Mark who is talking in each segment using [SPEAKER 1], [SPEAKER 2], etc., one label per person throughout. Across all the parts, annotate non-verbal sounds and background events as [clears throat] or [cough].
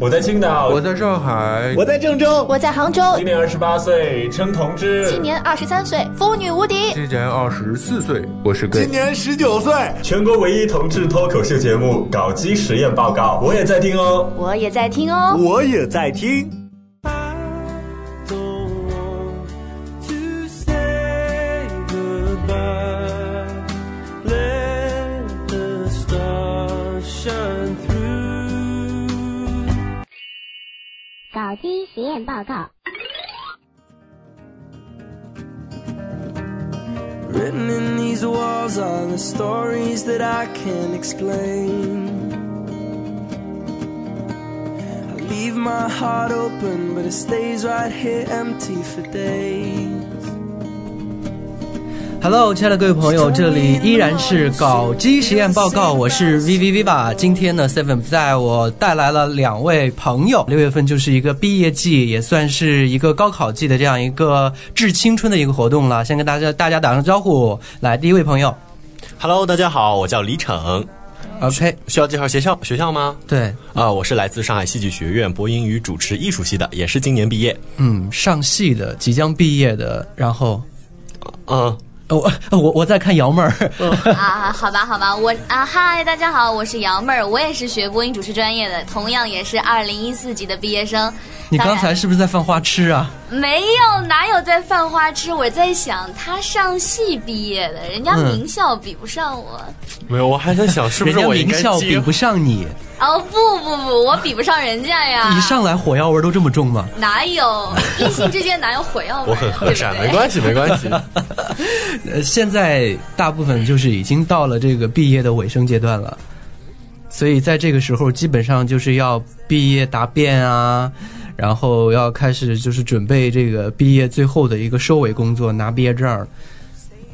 [SPEAKER 1] 我在青岛，
[SPEAKER 2] 我在上海，
[SPEAKER 3] 我在郑州，
[SPEAKER 4] 我在杭州。
[SPEAKER 1] 今年二十八岁，称同志。
[SPEAKER 4] 今年二十三岁，风女无敌。
[SPEAKER 5] 嗯
[SPEAKER 2] 今年二十四岁，我是 gay
[SPEAKER 3] 今。年十九岁。
[SPEAKER 1] 全国唯一同志脱口秀节目《搞基实验报告》，我也在听哦。
[SPEAKER 4] 我也在听哦。
[SPEAKER 3] 我也在听。
[SPEAKER 6] 搞基实验报告。
[SPEAKER 7] Written in these walls are the stories that I can't explain. I leave my heart open, but it stays right here empty for days.
[SPEAKER 5] Hello，亲爱的各位朋友，这里依然是搞基实验报告，我是 V V V 吧。今天呢，Seven 在我带来了两位朋友。六月份就是一个毕业季，也算是一个高考季的这样一个致青春的一个活动了。先跟大家大家打声招呼，来，第一位朋友
[SPEAKER 8] Hello，大家好，我叫李逞。
[SPEAKER 5] ，OK，
[SPEAKER 8] 需要介绍学校学校吗？
[SPEAKER 5] 对，
[SPEAKER 8] 啊、我是来自上海戏剧学院播音与主持艺术系的，也是今年毕业。
[SPEAKER 5] 嗯，上戏的，即将毕业的，然后。
[SPEAKER 8] 嗯，
[SPEAKER 5] 呃我我我在看瑶妹儿，
[SPEAKER 8] 哦
[SPEAKER 9] 啊，好吧，好吧，我啊，嗨，大家好，我是瑶妹儿，我也是学播音主持专业的，同样也是二零一四级的毕业生。
[SPEAKER 5] [laughs] 你
[SPEAKER 9] 当
[SPEAKER 5] 刚
[SPEAKER 9] 然
[SPEAKER 5] 才是不是在犯花痴啊？
[SPEAKER 9] 没有哪有在犯花痴？我在想，他上戏毕业的，人家
[SPEAKER 5] 嗯
[SPEAKER 9] 名校比不上我。
[SPEAKER 8] 没有，我还在想是不
[SPEAKER 5] 人
[SPEAKER 8] 是
[SPEAKER 5] 家
[SPEAKER 8] 我应
[SPEAKER 5] 名
[SPEAKER 8] 该
[SPEAKER 5] 校比
[SPEAKER 8] 接。
[SPEAKER 5] 不上你，
[SPEAKER 9] 哦，不不不，我比不上人家
[SPEAKER 8] 啊
[SPEAKER 9] 呀。
[SPEAKER 5] 一上来火药味儿都这么重吗？
[SPEAKER 9] 哪
[SPEAKER 8] [laughs]
[SPEAKER 9] 有异性之间哪有火药味儿？啊
[SPEAKER 8] 我很和善，
[SPEAKER 9] 对
[SPEAKER 8] 没
[SPEAKER 9] 不对
[SPEAKER 8] 关系，没关系。
[SPEAKER 5] 呃，现在大部分就是已经到了这个毕业的尾声阶段了，所以在这个时候基本上就是要毕业答辩啊，然后要开始就是准备这个毕业最后的一个收尾工作，拿毕业证儿，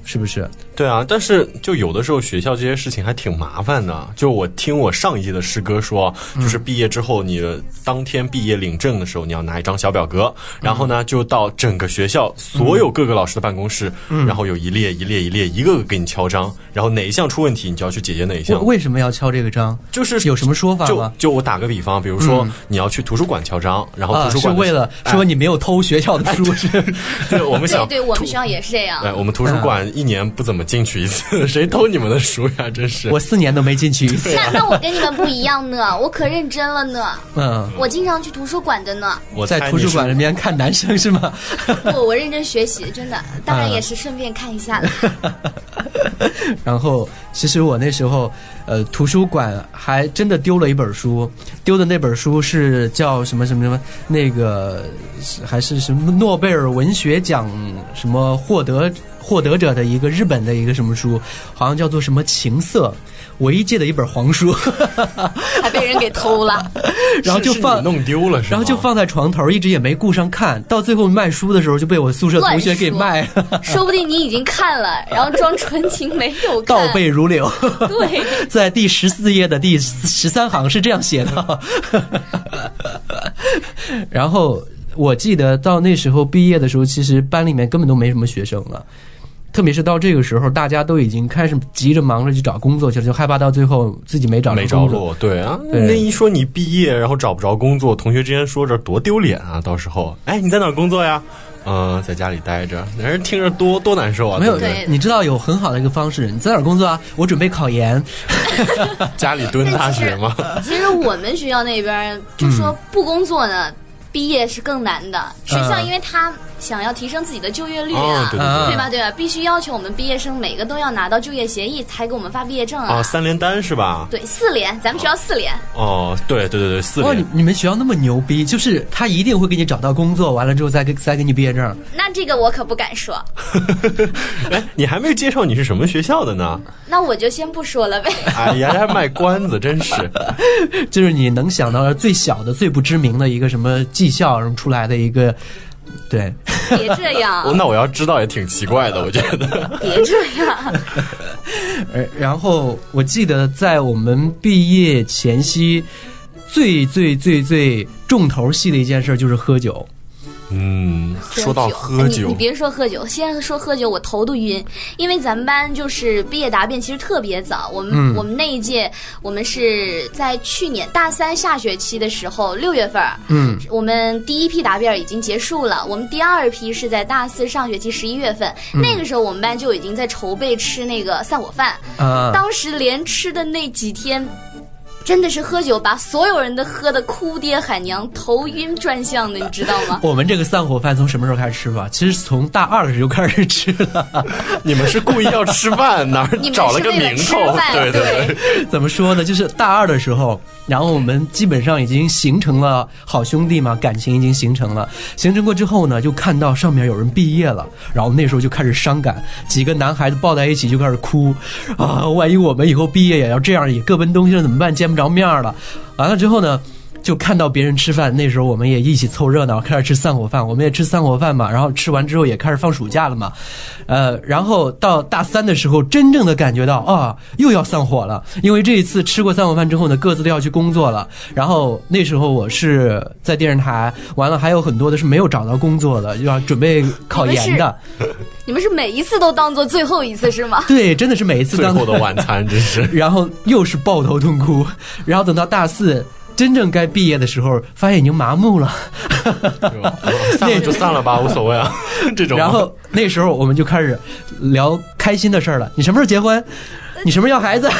[SPEAKER 5] 是不是？
[SPEAKER 8] 对啊，但是就有的时候学校这些事情还挺麻烦的。就我听我上一届的师哥说，就是毕业之后，你当天毕业领证的时候，你要拿一张小表
[SPEAKER 5] 嗯
[SPEAKER 8] 格，然后呢就到整个学校所有各个老师的办公室，
[SPEAKER 5] 嗯
[SPEAKER 8] 然后有一列一列一列一个个给你敲章，然后哪一项出问题，你就要去解决哪一
[SPEAKER 5] 为
[SPEAKER 8] 项。
[SPEAKER 5] 为什么要敲这个章？
[SPEAKER 8] 就是
[SPEAKER 5] 有什么说法
[SPEAKER 8] 就
[SPEAKER 5] 吗？嗯
[SPEAKER 8] 就我打个比方，比如说你要去图书馆敲章，然后
[SPEAKER 5] 啊，
[SPEAKER 8] 图书
[SPEAKER 5] 是
[SPEAKER 8] 馆的哎
[SPEAKER 5] 为了说你没有偷学校的书，是
[SPEAKER 8] [laughs] 对我们想
[SPEAKER 9] 对对，我们学校也是这样。
[SPEAKER 8] 哎，我们图书馆一年不怎么进去
[SPEAKER 5] [laughs]
[SPEAKER 8] 一次，谁偷你们的书呀？真是
[SPEAKER 5] 我四年都没进去
[SPEAKER 8] [laughs]
[SPEAKER 5] 一次。
[SPEAKER 9] 那那我跟你们不一样呢，我可认真了呢，
[SPEAKER 5] 嗯，
[SPEAKER 9] 我经常去图书馆的呢。
[SPEAKER 8] 我
[SPEAKER 5] 在
[SPEAKER 8] 猜
[SPEAKER 5] 图
[SPEAKER 8] 你
[SPEAKER 5] 书
[SPEAKER 8] 是
[SPEAKER 5] 馆里面看男生是吗？
[SPEAKER 9] 不，我认真学习，真的，当
[SPEAKER 8] 嗯
[SPEAKER 9] 然也是顺便看一下了。
[SPEAKER 5] 然后，其实我那时候，呃，图书馆还真的丢了一本书，丢的那本书是叫什么什么什么，那个是还是什么诺贝尔文学奖什么获得获得者的一个日本的一个什么书，好像叫做什么《情色》，我一借的一本黄书， [laughs]
[SPEAKER 9] 还被人给偷了。
[SPEAKER 5] 然后就是放
[SPEAKER 8] 你。弄丢了，是吗
[SPEAKER 5] 然后就放在床头，一直也没顾上看。到最后卖书的时候，就被我宿舍同学给卖了，
[SPEAKER 9] 说不定你已经看了，然后装纯情没有看。
[SPEAKER 5] [laughs] 倒背如流。
[SPEAKER 9] 对，
[SPEAKER 5] [laughs] 在第十四页的第十三行是这样写的。 [laughs] 然后我记得到那时候毕业的时候，其实班里面根本都没什么学生了。特别是到这个时候，大家都已经开始急着忙着去找工作去了，就害怕到最后自己没找着
[SPEAKER 8] 没着
[SPEAKER 5] 工作
[SPEAKER 8] 落。对啊，
[SPEAKER 5] 对
[SPEAKER 8] 那一说你毕业，然后找不着工作，同学之间说着多丢脸啊！到时候，哎，你在哪儿工作呀？嗯、在家里待着，男人听着多多难受啊！
[SPEAKER 5] 没有
[SPEAKER 8] 对不对，
[SPEAKER 9] 对
[SPEAKER 5] 你知道有很好的一个方式，你在哪儿工作啊？我准备考研。
[SPEAKER 8] 家里蹲大学吗？
[SPEAKER 5] [laughs]
[SPEAKER 9] 其实我们学校那边就
[SPEAKER 8] 嗯
[SPEAKER 9] 说不工作呢，毕业是更难的。学校因为他想要提升自己的就业率
[SPEAKER 8] 嗯哦
[SPEAKER 9] 啊，，
[SPEAKER 8] 对对对。
[SPEAKER 5] 啊
[SPEAKER 9] 对吧？对吧？必须要求我们毕业生每个都要拿到就业协议才给我们发毕业证
[SPEAKER 8] 啊，
[SPEAKER 9] 啊。
[SPEAKER 8] 三连单是吧？
[SPEAKER 9] 对，四联，咱们学校四联。
[SPEAKER 8] 哦，对对对对，四
[SPEAKER 5] 哇，
[SPEAKER 8] 连
[SPEAKER 5] 你你们学校那么牛逼，就是他一定会给你找到工作，完了之后再给再给你毕业证。
[SPEAKER 9] 那这个我可不敢说，
[SPEAKER 8] [laughs] 哎，你还没有介绍你是什么学校的呢？
[SPEAKER 9] 那我就先不说
[SPEAKER 8] [laughs]
[SPEAKER 9] 了呗。
[SPEAKER 8] 哎呀，还卖关子，真是。
[SPEAKER 5] 就是你能想到的最小的、最不知名的一个什么技校什么出来的一个，对，
[SPEAKER 9] 别这
[SPEAKER 8] 我
[SPEAKER 9] 样，
[SPEAKER 8] 那我要知道也挺奇怪的，我觉得。
[SPEAKER 9] 别这样。
[SPEAKER 5] 呃，然后我记得在我们毕业前夕，最最最最重头戏的一件事就是喝酒。
[SPEAKER 8] 嗯，
[SPEAKER 9] [laughs]
[SPEAKER 8] 说到喝
[SPEAKER 9] 哎你，你
[SPEAKER 8] 酒，
[SPEAKER 9] 别说喝酒，先说喝酒，我头都晕，因为咱们班就是毕业答辩其实特别早，我们、
[SPEAKER 8] 嗯
[SPEAKER 9] 我们那一届，我们是在去年大三下学期的时候，六月份，嗯，我们第一批答辩已经结束了，我们第二批是在大四上学期十一月份，
[SPEAKER 8] 嗯
[SPEAKER 9] 那个时候我们班就已经在筹备吃那个散伙饭，
[SPEAKER 8] 嗯
[SPEAKER 5] 啊，
[SPEAKER 9] 当时连吃的那几天。真的是喝酒把所有人都喝的哭爹喊娘、头晕转向的，你知道吗？
[SPEAKER 5] 我们这个散伙饭从什么时候开始吃法？其实从大二的时候就开始吃了。
[SPEAKER 8] 你们是故意要吃饭，哪儿
[SPEAKER 9] [laughs] 你们
[SPEAKER 8] 找了个
[SPEAKER 9] 是为了
[SPEAKER 8] 名
[SPEAKER 9] 吃
[SPEAKER 8] 头？
[SPEAKER 9] 饭啊
[SPEAKER 8] 对
[SPEAKER 9] 对
[SPEAKER 8] 对，
[SPEAKER 5] [laughs] 怎么说呢？就是大二的时候，然后我们基本上已经形成了好兄弟嘛，感情已经形成了。形成过之后呢，就看到上面有人毕业了，然后那时候就开始伤感，几个男孩子抱在一起就开始哭，啊，万一我们以后毕业也要这样，也各奔东西了怎么办？见不着面儿了。完了之后呢？就看到别人吃饭，那时候我们也一起凑热闹，开始吃散伙饭。我们也吃散伙饭嘛，然后吃完之后也开始放暑假了嘛，呃，然后到大三的时候，真正的感觉到啊，又要散伙了，因为这一次吃过散伙饭之后呢，各自都要去工作了。然后那时候我是在电视台，完了还有很多的是没有找到工作的，就要准备考研
[SPEAKER 8] 哦
[SPEAKER 5] 的。
[SPEAKER 9] [laughs] 你们是每一次都当做最后一次是
[SPEAKER 8] [laughs]
[SPEAKER 9] 吗？
[SPEAKER 5] 对，真的是每一次
[SPEAKER 8] 最
[SPEAKER 5] 当
[SPEAKER 8] 后的晚餐真是。
[SPEAKER 5] 然后又是抱头痛哭，然后等到大四真正该毕业的时候，发现已经麻木了。
[SPEAKER 8] 对吧散了就散了吧，无所谓啊。 [laughs] 这种，
[SPEAKER 5] 然后那时候我们就开始聊开心的事儿了。你什么时候结婚？你什么时候要孩子？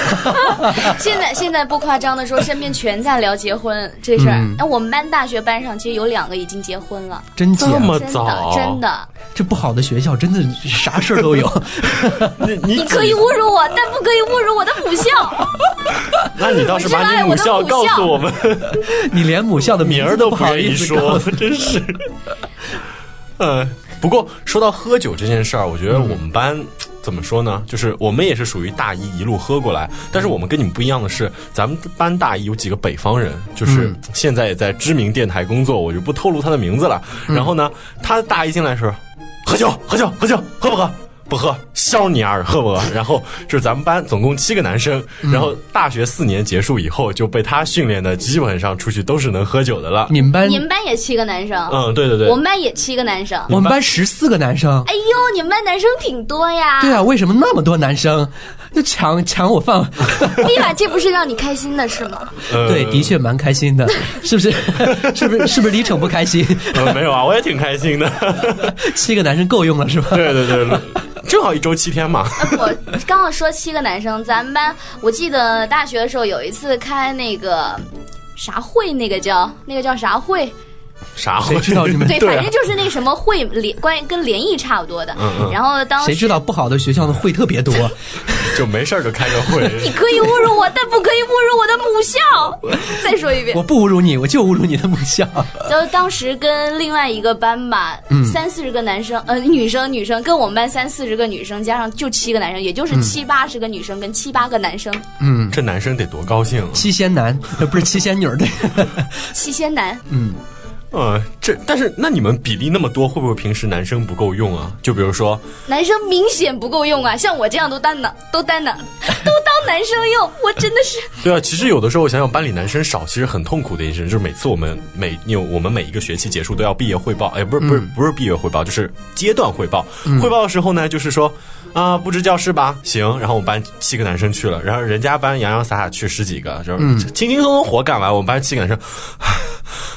[SPEAKER 9] 现在现在不夸张的说，身边全在聊结婚这事儿。
[SPEAKER 8] 嗯
[SPEAKER 9] 那、我们班大学班上其实有两个已经结婚了，
[SPEAKER 5] 真假？
[SPEAKER 8] 这么
[SPEAKER 9] 真的
[SPEAKER 8] 早，
[SPEAKER 9] 真的。
[SPEAKER 5] 这不好的学校真的啥事儿都有。
[SPEAKER 8] 你
[SPEAKER 9] 你可以侮辱我，但不可以侮辱我的母校。
[SPEAKER 8] 那你倒是把你母校告诉 [laughs] 我们，
[SPEAKER 5] 你连母校的
[SPEAKER 8] 名
[SPEAKER 5] 字
[SPEAKER 8] 儿都
[SPEAKER 5] 不
[SPEAKER 8] 不
[SPEAKER 5] 好
[SPEAKER 8] 愿
[SPEAKER 5] 意
[SPEAKER 8] 意
[SPEAKER 5] 思
[SPEAKER 8] 说
[SPEAKER 5] 告诉，
[SPEAKER 8] 真是。呃， [laughs] 不过说到喝酒这件事儿，我觉得我们班。怎么说呢？就是我们也是属于大一一路喝过来，但是我们跟你们不一样的是，咱们班大一有几个北方人，就是现在也在知名电台工作，我就不透露他的名字了。然后呢，他大一进来的时候，喝酒，喝酒，喝酒，喝不喝？不喝，削你二，喝不喝？然后就是咱们班总共七个男生，然后大学四年结束以后就被他训练的，基本上出去都是能喝酒的了。
[SPEAKER 5] 你们班
[SPEAKER 9] 你们班也七个男生，
[SPEAKER 8] 嗯，对对对，嗯
[SPEAKER 9] 我们班也七个男生。
[SPEAKER 5] 我们班十四个男生。
[SPEAKER 9] 哎呦，你们班男生挺多哎呀。
[SPEAKER 5] 对啊，为什么那么多男生就抢抢我饭？
[SPEAKER 9] 立马哎这不是让你开心的是吗？
[SPEAKER 8] 呃
[SPEAKER 5] 对，的确蛮开心的，是不是？是不是？是不是李逞不开心？
[SPEAKER 8] 呃没有啊，我也挺开心的。
[SPEAKER 5] 七个男生够用了是吧？
[SPEAKER 8] 对
[SPEAKER 5] [laughs]
[SPEAKER 8] 对对，正好一周七天嘛。
[SPEAKER 9] 我刚好说七个男生，咱们班我记得大学的时候有一次开那个啥会，那个叫那个叫啥
[SPEAKER 5] [laughs]
[SPEAKER 9] 会，
[SPEAKER 8] 啥会
[SPEAKER 5] 谁知道你们？
[SPEAKER 9] 对，
[SPEAKER 8] 对啊
[SPEAKER 9] 反正就是那什么会联关于跟联谊差不多的。然后当时
[SPEAKER 5] 嗯谁知道不好的学校的会特别多？
[SPEAKER 8] 就没事儿就开个会，
[SPEAKER 9] [laughs]
[SPEAKER 5] [laughs]
[SPEAKER 9] 你可以侮辱我，但不可以侮辱我的母校。再说一遍
[SPEAKER 5] 我，不侮辱你，我就侮辱你的母校。
[SPEAKER 9] 就当时跟另外一个班吧，
[SPEAKER 5] 嗯
[SPEAKER 9] 三四十个男生，呃，女生女生跟我们班三四十个女生，加上就七个男生，也
[SPEAKER 5] 嗯
[SPEAKER 9] 就是七八十个女生跟七八个男生，
[SPEAKER 8] 这男生得多高兴啊！
[SPEAKER 5] 七仙男， [laughs] 呃不是七仙女
[SPEAKER 8] [laughs]
[SPEAKER 5] 儿对。
[SPEAKER 9] 七仙男。
[SPEAKER 8] 呃，这但是那你们比例那么多，会不会平时男生不够用啊？就比如说，
[SPEAKER 9] 男生明显不够用啊，像我这样都担当都担当 [laughs] 都当男生用，我真的是
[SPEAKER 8] 对啊，其实有的时候我想想，班里男生少，其实很痛苦的一件事，就是每次我们每有我们每一个学期结束都要毕业汇报，哎，不是不是
[SPEAKER 5] 嗯
[SPEAKER 8] 不是毕业汇报，就是阶段汇报。汇报的时候呢，就是说啊，布置教室吧，行。然后我们班七个男生去了，然后人家班洋洋洒洒去十几个，就是
[SPEAKER 5] 嗯
[SPEAKER 8] 轻轻松松活干完，我们班七个男生， [sighs] 唉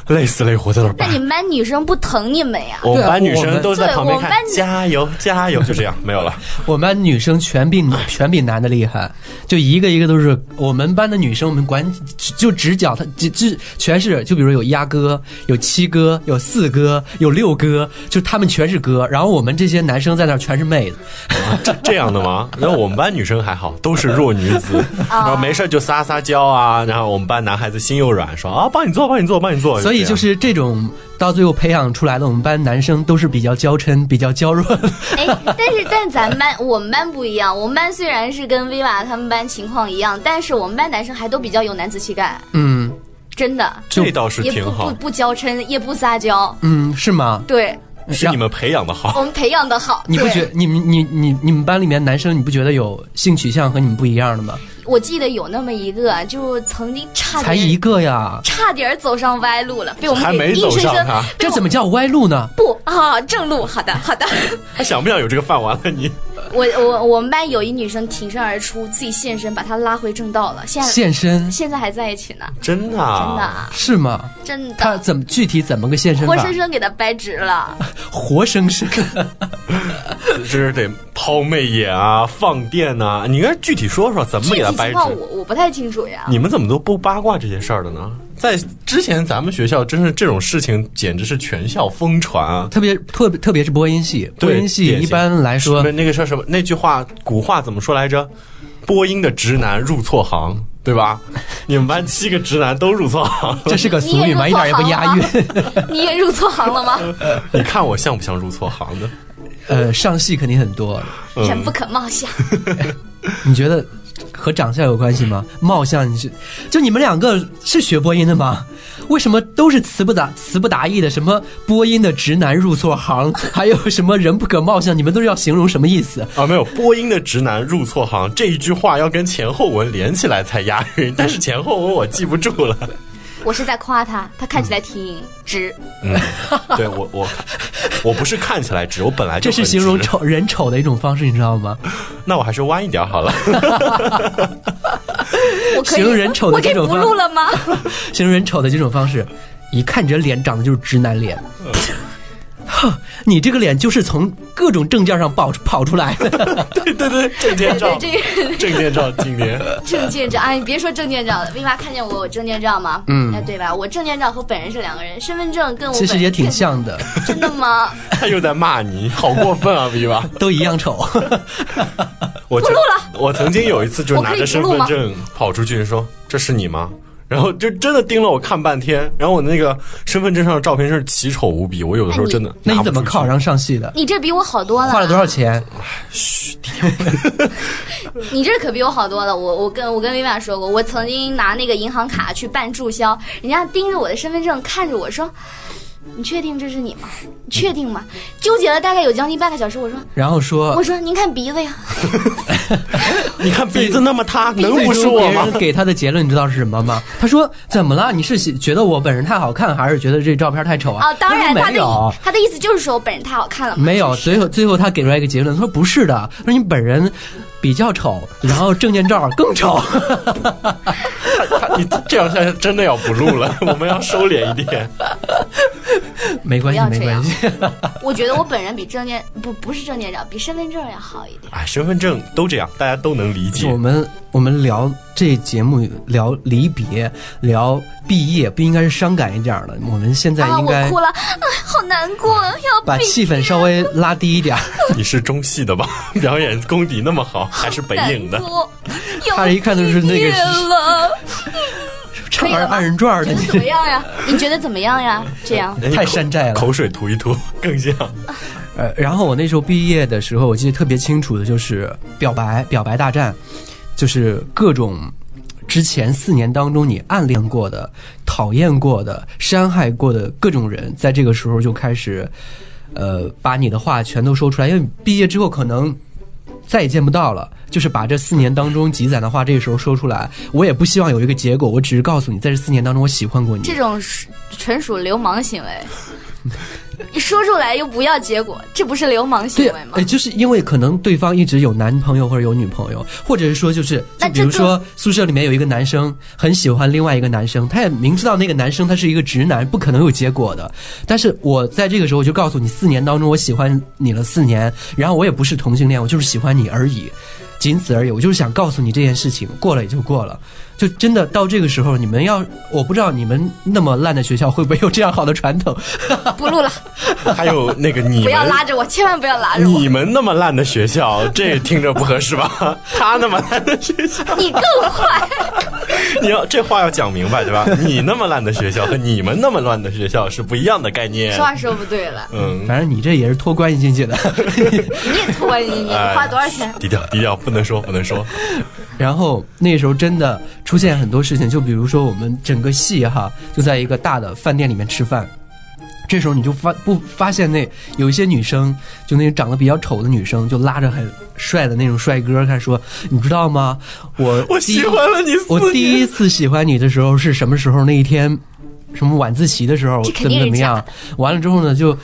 [SPEAKER 8] 累死累活在那儿
[SPEAKER 9] [laughs] 那
[SPEAKER 8] 办
[SPEAKER 9] 你。们班女生不疼你们呀？
[SPEAKER 8] 我们班女
[SPEAKER 5] 对啊我
[SPEAKER 8] 生
[SPEAKER 5] 们
[SPEAKER 8] 都在
[SPEAKER 9] 对
[SPEAKER 8] 旁边
[SPEAKER 9] 我们
[SPEAKER 8] 看
[SPEAKER 9] 班，女
[SPEAKER 8] 加油加油，就这样，没有了。
[SPEAKER 5] 我们班女生全比全比男的厉害，就一个一个都是我们班的女生，我们管就只讲她，只只全是就比如有鸭哥，有七哥，有四哥，有六哥，就他们全是哥，然后我们这些男生在那儿全是妹子，
[SPEAKER 8] 这 [laughs] 这样的吗？然后我们班女生还好，都是弱女子，
[SPEAKER 9] 啊
[SPEAKER 8] 然后没事就撒撒娇啊。然后我们班男孩子心又软，说啊，帮你做，帮你做，帮你做。
[SPEAKER 5] 所以就是这种到最后培养出来的，我们班男生都是比较娇嗔、比较娇弱
[SPEAKER 8] [laughs]
[SPEAKER 5] 的。
[SPEAKER 9] [laughs] 哎，但是但咱们班我们班不一样，我们班虽然是跟 Viva 他们班情况一样，但是我们班男生还都比较有男子气概，
[SPEAKER 5] 嗯
[SPEAKER 9] 真的，
[SPEAKER 8] 这样这倒是
[SPEAKER 9] 也
[SPEAKER 8] 挺
[SPEAKER 9] 不
[SPEAKER 8] 好
[SPEAKER 9] 不，不娇嗔，也不撒娇，
[SPEAKER 5] 嗯，是吗？
[SPEAKER 9] 对
[SPEAKER 8] 是你们培养的好。
[SPEAKER 9] 我们培养的好。
[SPEAKER 5] 你不
[SPEAKER 9] 对
[SPEAKER 5] 觉你们你你你们班里面男生你不觉得有性取向和你们不一样的吗？
[SPEAKER 9] 我记得有那么一个，就曾经差
[SPEAKER 5] 才
[SPEAKER 9] 点
[SPEAKER 5] 一个呀，
[SPEAKER 9] 差点走上歪路了，被我们
[SPEAKER 8] 还
[SPEAKER 9] 给
[SPEAKER 8] 没走
[SPEAKER 9] 硬生
[SPEAKER 8] 上
[SPEAKER 9] 生
[SPEAKER 8] 它
[SPEAKER 9] 被
[SPEAKER 5] 这
[SPEAKER 9] 我
[SPEAKER 5] 怎么叫歪路呢？
[SPEAKER 9] 不啊？正路，好的好的。
[SPEAKER 8] 他想不想有这个饭碗了？你
[SPEAKER 9] 我我我们班有一女生挺身而出，自己现身把她拉回正道了，现在
[SPEAKER 5] 现身
[SPEAKER 9] 现在还在一起呢，
[SPEAKER 8] 真的
[SPEAKER 9] 真的
[SPEAKER 8] 啊
[SPEAKER 9] 啊
[SPEAKER 5] 是吗？
[SPEAKER 9] 真
[SPEAKER 5] 他
[SPEAKER 9] 的，
[SPEAKER 5] 怎么具体怎么个现身法
[SPEAKER 9] 活？生生给她掰直了。
[SPEAKER 5] 活生生，
[SPEAKER 9] [laughs]
[SPEAKER 8] 这是得抛媚眼啊，放电呐、你应该具体说说怎么
[SPEAKER 9] 具
[SPEAKER 8] 给
[SPEAKER 9] 体
[SPEAKER 8] 他掰
[SPEAKER 9] 情
[SPEAKER 8] 直。
[SPEAKER 9] 况我我不太清楚呀。
[SPEAKER 8] 你们怎么都不八卦这些事儿的呢？在之前咱们学校，真是这种事情简直是全校疯传啊！
[SPEAKER 5] 特别特别特别是播音系，播
[SPEAKER 8] 对
[SPEAKER 5] 音系
[SPEAKER 8] 典型
[SPEAKER 5] 一般来说
[SPEAKER 8] 不是那个叫什么？那句话古话怎么说来着？播音的直男入错行，对吧？ [laughs] 你们班七个直男都入错行 [laughs] 了，
[SPEAKER 5] 这是个
[SPEAKER 9] 你
[SPEAKER 5] 俗
[SPEAKER 9] 也
[SPEAKER 5] 语
[SPEAKER 9] 入
[SPEAKER 5] 嘛，一点也不
[SPEAKER 9] 错啊
[SPEAKER 5] 押
[SPEAKER 9] 行
[SPEAKER 5] 韵
[SPEAKER 9] 了。 [laughs] 你也入错行了吗？
[SPEAKER 8] 你看我像不像入错行的？
[SPEAKER 5] [laughs] 呃，上戏肯定很多。
[SPEAKER 9] 人不可貌相，
[SPEAKER 5] 你觉得和长相有关系吗？貌相，你是就你们两个是学播音的吗？为什么都是词不达词不达意的？什么播音的直男入错
[SPEAKER 8] [laughs]
[SPEAKER 5] 行，还有什么人不可貌相？你们都是要形容什么意思？
[SPEAKER 8] 啊，没有，播音的直男入错行这一句话要跟前后文连起来才押韵，但是前后文我记不住了。
[SPEAKER 9] 我是在夸他，他看起来挺直，
[SPEAKER 8] 嗯对我我我不是看起来直，我本来就
[SPEAKER 5] 这是
[SPEAKER 8] 很
[SPEAKER 5] 形容
[SPEAKER 8] 直，
[SPEAKER 5] 丑人丑的一种方式，你知道吗？
[SPEAKER 8] 那我还是弯一点好了。 [laughs]
[SPEAKER 9] 我可以
[SPEAKER 5] 形容人丑的
[SPEAKER 9] 我可以
[SPEAKER 5] 这种
[SPEAKER 9] 不
[SPEAKER 5] 方
[SPEAKER 9] 录了
[SPEAKER 5] [laughs]
[SPEAKER 9] 吗？
[SPEAKER 5] 形容人丑的这种方式，一看你这脸长得就是直男脸。哼你这个脸就是从各种证件上跑跑出来的，
[SPEAKER 8] 对对对，证件
[SPEAKER 9] [laughs]
[SPEAKER 8] 照，
[SPEAKER 9] 对这个
[SPEAKER 8] 证件照，今年
[SPEAKER 9] [laughs] 证件照，哎，你别说证件照了，为嘛看见我有证件照吗？嗯，哎，对吧？我证件照和本人是两个人，身份证跟我
[SPEAKER 5] 其实
[SPEAKER 9] 本
[SPEAKER 5] 也
[SPEAKER 9] 人
[SPEAKER 5] 挺，像的，
[SPEAKER 9] 真的
[SPEAKER 5] [laughs]
[SPEAKER 9] 吗？
[SPEAKER 8] 他又在骂你，好过分啊，V 吧！
[SPEAKER 5] 都一样丑。
[SPEAKER 8] 我不录了。我曾经有一次就是拿着身份
[SPEAKER 9] 我可
[SPEAKER 8] 证跑出去说：“这是你吗？”然后就真的盯了我看半天，然后我那个身份证上的照片真是奇丑无比，我有的时候真的
[SPEAKER 5] 那
[SPEAKER 8] 拿
[SPEAKER 5] 你
[SPEAKER 8] 不
[SPEAKER 5] 怎么
[SPEAKER 8] 出去
[SPEAKER 5] 考上上戏的？
[SPEAKER 9] 你这比我好多了，
[SPEAKER 5] 花了多少？钱？
[SPEAKER 9] 你这可比我好多了。我我跟我跟薇娅说过，我曾经拿那个银行卡去办注销，人家盯着我的身份证看着我说：“你确定这是你吗？你确定吗？”纠结了大概有将近半个小时，我说
[SPEAKER 5] 然后：“
[SPEAKER 9] 我
[SPEAKER 5] 说，
[SPEAKER 9] 说您看鼻子呀，
[SPEAKER 8] 你看鼻子那么塌，能
[SPEAKER 5] 最
[SPEAKER 8] 不是
[SPEAKER 5] 终
[SPEAKER 8] 我
[SPEAKER 5] 别
[SPEAKER 8] 吗
[SPEAKER 5] 人？给他的结论你知道是什么吗？他说怎么了？你是喜觉得我本人太好看，还是觉得这照片太丑啊？
[SPEAKER 9] 哦，当然他
[SPEAKER 5] 他说没
[SPEAKER 9] 的
[SPEAKER 5] 有
[SPEAKER 9] 意。他的意思就是说我本人太好看了嘛。”
[SPEAKER 5] 没有，最后最后他给出来一个结论，他说不是的，他说你本人比较丑，然后证件照更丑。
[SPEAKER 8] 你这样下去真的要不录了， [laughs] 我们要收敛一点。
[SPEAKER 5] 没关系，
[SPEAKER 9] 不要
[SPEAKER 5] 没
[SPEAKER 9] 这样
[SPEAKER 5] 关系， [laughs]
[SPEAKER 9] 我觉得我本人比证件不不是证件照，比身份证要好一点。
[SPEAKER 8] 哎，身份证都这样，大家都能理解
[SPEAKER 5] 我。们我们聊这节目聊离别，聊毕业，不应该是伤感一点儿的。我们现在
[SPEAKER 9] 啊，
[SPEAKER 5] 应该
[SPEAKER 9] 我哭了，啊，好难过，要
[SPEAKER 5] 把
[SPEAKER 9] 被
[SPEAKER 5] 气氛稍微拉低一点
[SPEAKER 9] [laughs]
[SPEAKER 5] 儿。
[SPEAKER 8] 你是中戏的吧？ [laughs] 表演功底那么好，还是北影的
[SPEAKER 9] 难？过，要
[SPEAKER 5] 他一看就是那个
[SPEAKER 9] 毕业了，
[SPEAKER 5] [laughs] 唱
[SPEAKER 9] 以了
[SPEAKER 5] 二
[SPEAKER 9] 吗
[SPEAKER 5] 二人转儿的，你
[SPEAKER 9] [laughs] 怎么样呀？你觉得怎么样呀？这样
[SPEAKER 8] 人家
[SPEAKER 5] 太
[SPEAKER 8] 口
[SPEAKER 5] 山寨了
[SPEAKER 8] 口水涂一涂更像。
[SPEAKER 5] 呃，然后我那时候毕业的时候，我记得特别清楚的就是表白表白大战，就是各种之前四年当中你暗恋过的、讨厌过的、伤害过的各种人，在这个时候就开始，呃，把你的话全都说出来，因为毕业之后可能。再也见不到了，就是把这四年当中积攒的话，这个时候说出来。我也不希望有一个结果，我只是告诉你，在这四年当中，我喜欢过你。
[SPEAKER 9] 这种是纯属流氓行
[SPEAKER 8] [laughs]
[SPEAKER 9] 为，你说出来又不要结果，这不是流氓行
[SPEAKER 5] 对
[SPEAKER 9] 为，吗
[SPEAKER 5] 哎，？就是因为可能对方一直有男朋友或者有女朋友，或者是说就是，
[SPEAKER 9] 那这
[SPEAKER 5] 就比如
[SPEAKER 9] 更
[SPEAKER 5] 说宿舍里面有一个男生很喜欢另外一个男生，他也明知道那个男生他是一个直男，不可能有结果的。但是我在这个时候就告诉你，四年当中我喜欢你了四年，然后我也不是同性恋，我就是喜欢你而已，仅此而已。我就是想告诉你这件事情，过了也就过了。就真的到这个时候，你们要我不知道你们那么烂的学校会不会有这样好的传统？ [laughs]
[SPEAKER 9] 不录了，
[SPEAKER 8] 还有那个 [laughs] 你
[SPEAKER 9] 不
[SPEAKER 8] 们
[SPEAKER 9] 要拉着我，千万不要拉着我，
[SPEAKER 8] 你们那么烂的学校，这听着不合适吧？他那么烂的学校，
[SPEAKER 9] 你更
[SPEAKER 8] [laughs]
[SPEAKER 9] 坏。
[SPEAKER 8] 你要这话要讲明白对吧？你那么烂的学校和你们那么烂的学校是不一样的概念哎
[SPEAKER 9] 说。话说不对了，
[SPEAKER 8] 嗯，
[SPEAKER 5] 反正你这也是托关系进去的。
[SPEAKER 9] 你也偷你，你
[SPEAKER 8] 哎
[SPEAKER 9] 花多少钱？
[SPEAKER 8] 低调低调，不能说不能说。
[SPEAKER 5] 然后那时候真的出现很多事情，就比如说我们整个戏哈，就在一个大的饭店里面吃饭。这时候你就发不发现那有一些女生，就那种长得比较丑的女生，就拉着很帅的那种帅哥开始说：“你知道吗？我
[SPEAKER 8] 我
[SPEAKER 5] 第一
[SPEAKER 8] 喜欢了你四
[SPEAKER 5] 我第
[SPEAKER 8] 年
[SPEAKER 5] 一次喜欢你的时候是什么时候？那一天，什么晚自习的时候，
[SPEAKER 9] 这肯
[SPEAKER 5] 怎么
[SPEAKER 9] 定
[SPEAKER 5] 怎
[SPEAKER 9] 是
[SPEAKER 5] 么
[SPEAKER 9] 假
[SPEAKER 5] 样？完了之后呢，就，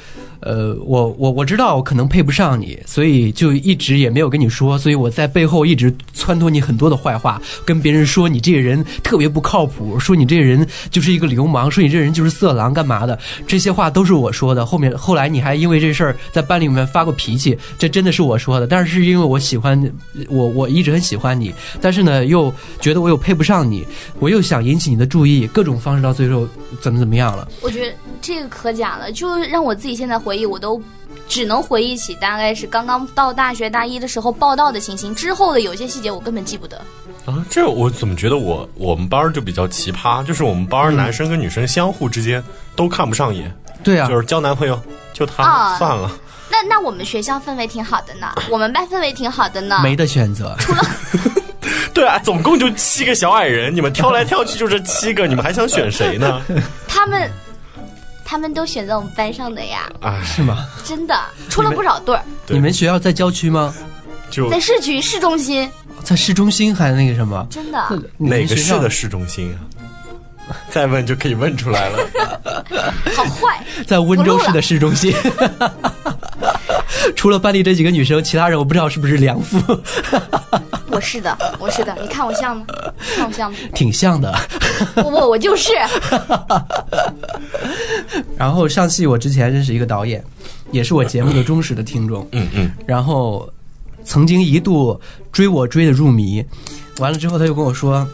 [SPEAKER 5] 呃，我我我知道我可能配不上你，所以就一直也没有跟你说，所以我在背后一直撺掇你很多的坏话，跟别人说你这个人特别不靠谱，说你这个人就是一个流氓，说你这人就是色狼，干嘛的？这些话都是我说的。后面后来你还因为这事儿在班里面发过脾气，这真的是我说的，但是是因为我喜欢我我一直很喜欢你，但是呢又觉得我又配不上你，我又想引起你的注意，各种方式到最后怎么怎么样了。
[SPEAKER 9] 我觉得这个可假了，就让我自己现在回忆，我都只能回忆起大概是刚刚到大学大一的时候报道的情形，之后的有些细节我根本记不得。
[SPEAKER 8] 啊，这我怎么觉得我我们班儿就比较奇葩，就是我们班
[SPEAKER 5] 嗯
[SPEAKER 8] 儿男生跟女生相互之间都看不上眼，
[SPEAKER 5] 对啊，
[SPEAKER 8] 就是交男朋友就他、
[SPEAKER 9] 啊
[SPEAKER 8] 算了，
[SPEAKER 9] 那那我们学校氛围挺好的呢，我们班氛围挺好的呢。
[SPEAKER 5] 没得选择。
[SPEAKER 8] 对啊，总共就七个小矮人，你们挑来挑去就这七个，你们还想选谁呢？
[SPEAKER 5] [laughs]
[SPEAKER 9] 他们，他们都选择我们班上的呀，
[SPEAKER 8] 哎，
[SPEAKER 9] 真的出了不少对儿，
[SPEAKER 8] [laughs] 对
[SPEAKER 5] 你们学校在郊区吗？
[SPEAKER 8] 就
[SPEAKER 9] 在市区市中心，
[SPEAKER 5] 在市中心还那个什么？
[SPEAKER 9] 真的。
[SPEAKER 5] 你们
[SPEAKER 8] 哪个
[SPEAKER 5] 学
[SPEAKER 8] 市
[SPEAKER 5] 校
[SPEAKER 8] 的市中心啊？ [laughs] 再问就可以问出
[SPEAKER 5] [laughs]
[SPEAKER 8] 来了。
[SPEAKER 9] 好坏，
[SPEAKER 5] 在温州市的市中心。 [laughs] 除了班里这几个女生，其他人我不知道是不是良妇，
[SPEAKER 9] 我是的，我是的，你看我像吗？看我像吗？
[SPEAKER 5] [laughs] 挺像的。 [laughs]
[SPEAKER 9] 不不，我就是。
[SPEAKER 5] 然后上戏我之前认识一个导演，也是我节目的忠实的听众，
[SPEAKER 8] 嗯嗯，
[SPEAKER 5] 然后曾经一度追我追的入迷，完了之后他就跟我说。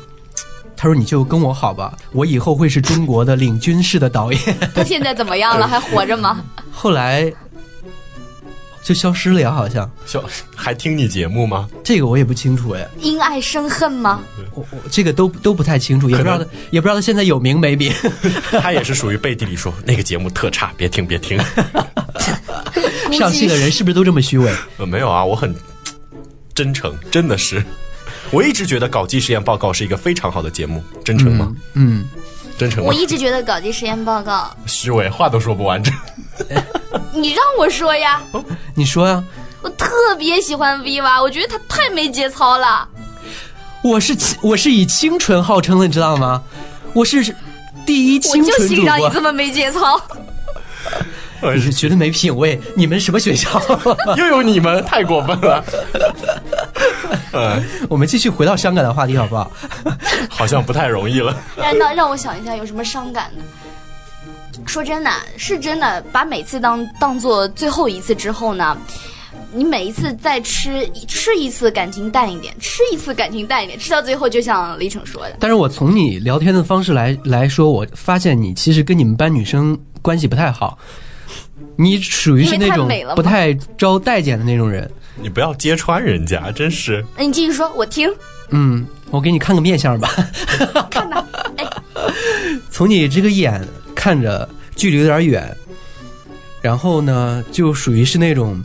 [SPEAKER 5] 他说：“你就跟我好吧，我以后会是中国的领军式的导演。
[SPEAKER 9] 他现在怎么
[SPEAKER 5] [laughs]
[SPEAKER 9] 样了？还活着吗？”
[SPEAKER 5] 后来就消失了呀，好像
[SPEAKER 8] 小还听你节目吗？
[SPEAKER 5] 这个我也不清楚哎。
[SPEAKER 9] 因爱生恨吗？
[SPEAKER 5] 我我这个都都不太清楚，也不知道他也不知道他现在有名没名。
[SPEAKER 8] 他也是属于背地里说 [laughs] 那个节目特差，别听别听。
[SPEAKER 5] [laughs]
[SPEAKER 9] 估计
[SPEAKER 5] 上戏的人是不是都这么虚伪？
[SPEAKER 8] 呃，没有啊，我很真诚，真的是。我一直觉得搞基实验报告是一个非常好的节目，真诚吗？
[SPEAKER 5] 嗯，
[SPEAKER 8] 真诚吗
[SPEAKER 9] 我？一直觉得搞基实验报告，
[SPEAKER 8] 虚伪，话都说不完 [laughs] 整。
[SPEAKER 9] 你让我说呀，
[SPEAKER 5] 你说啊呀、
[SPEAKER 9] 我特别喜欢 V 娃，我觉得他太没节操了。
[SPEAKER 5] 我是清我是以清纯号称的，你知道吗？我是第一
[SPEAKER 9] 我
[SPEAKER 5] 清
[SPEAKER 9] 就
[SPEAKER 5] 纯主
[SPEAKER 9] 欣赏你这
[SPEAKER 5] 播。
[SPEAKER 9] 么没节操，
[SPEAKER 8] 呃
[SPEAKER 5] 你是觉得没品位？你们什么学校？ [laughs]
[SPEAKER 8] 又有你们，太过分了。呃，
[SPEAKER 5] 我们继续回到伤感的话题好不好？
[SPEAKER 8] 好像不太容易了。
[SPEAKER 9] 让让让我想一下有什么伤感的。说真的，是真的，把每次当当做最后一次之后呢，你每一次再吃吃一次感情淡一点，吃一次感情淡一点，吃到最后就像李成说的，
[SPEAKER 5] 但是我从你聊天的方式来来说，我发现你其实跟你们班女生关系不太好，你属于是那
[SPEAKER 9] 因为太
[SPEAKER 5] 种
[SPEAKER 9] 美了吗
[SPEAKER 5] 不太招待见的那种人。
[SPEAKER 8] 你不要揭穿人家，真是。
[SPEAKER 9] 那你继续说，我听。
[SPEAKER 5] 嗯，我给你看个面相吧，
[SPEAKER 9] [laughs] 看吧，哎，
[SPEAKER 5] 从你这个眼看着距离有点远，然后呢，就属于是那种，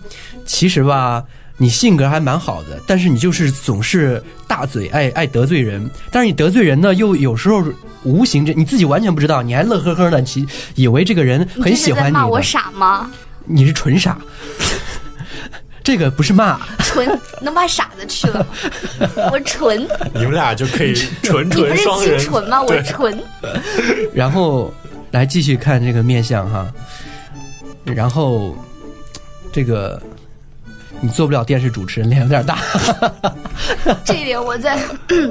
[SPEAKER 5] 其实吧，你性格还蛮好的，但是你就是总是大嘴，爱爱得罪人，但是你得罪人呢，又有时候无形之你自己完全不知道，你还乐呵呵的，其以为这个人
[SPEAKER 9] 你
[SPEAKER 5] 很
[SPEAKER 9] 这是
[SPEAKER 5] 喜
[SPEAKER 9] 在
[SPEAKER 5] 欢你
[SPEAKER 9] 骂我
[SPEAKER 5] 的，
[SPEAKER 9] 傻吗？
[SPEAKER 5] 你是纯傻， [laughs] 这个不是骂，
[SPEAKER 9] 纯能把傻子去
[SPEAKER 5] [laughs]
[SPEAKER 9] 了吗？我纯，
[SPEAKER 8] 你们俩就可以纯
[SPEAKER 9] 你不
[SPEAKER 8] 纯
[SPEAKER 9] 是
[SPEAKER 8] 双
[SPEAKER 9] 清
[SPEAKER 8] 人。
[SPEAKER 9] 纯吗？我
[SPEAKER 8] 对
[SPEAKER 9] 纯，
[SPEAKER 5] 然后来继续看这个面相哈，然后这个你做不了电视主持人，脸有点大。
[SPEAKER 9] 这一点我在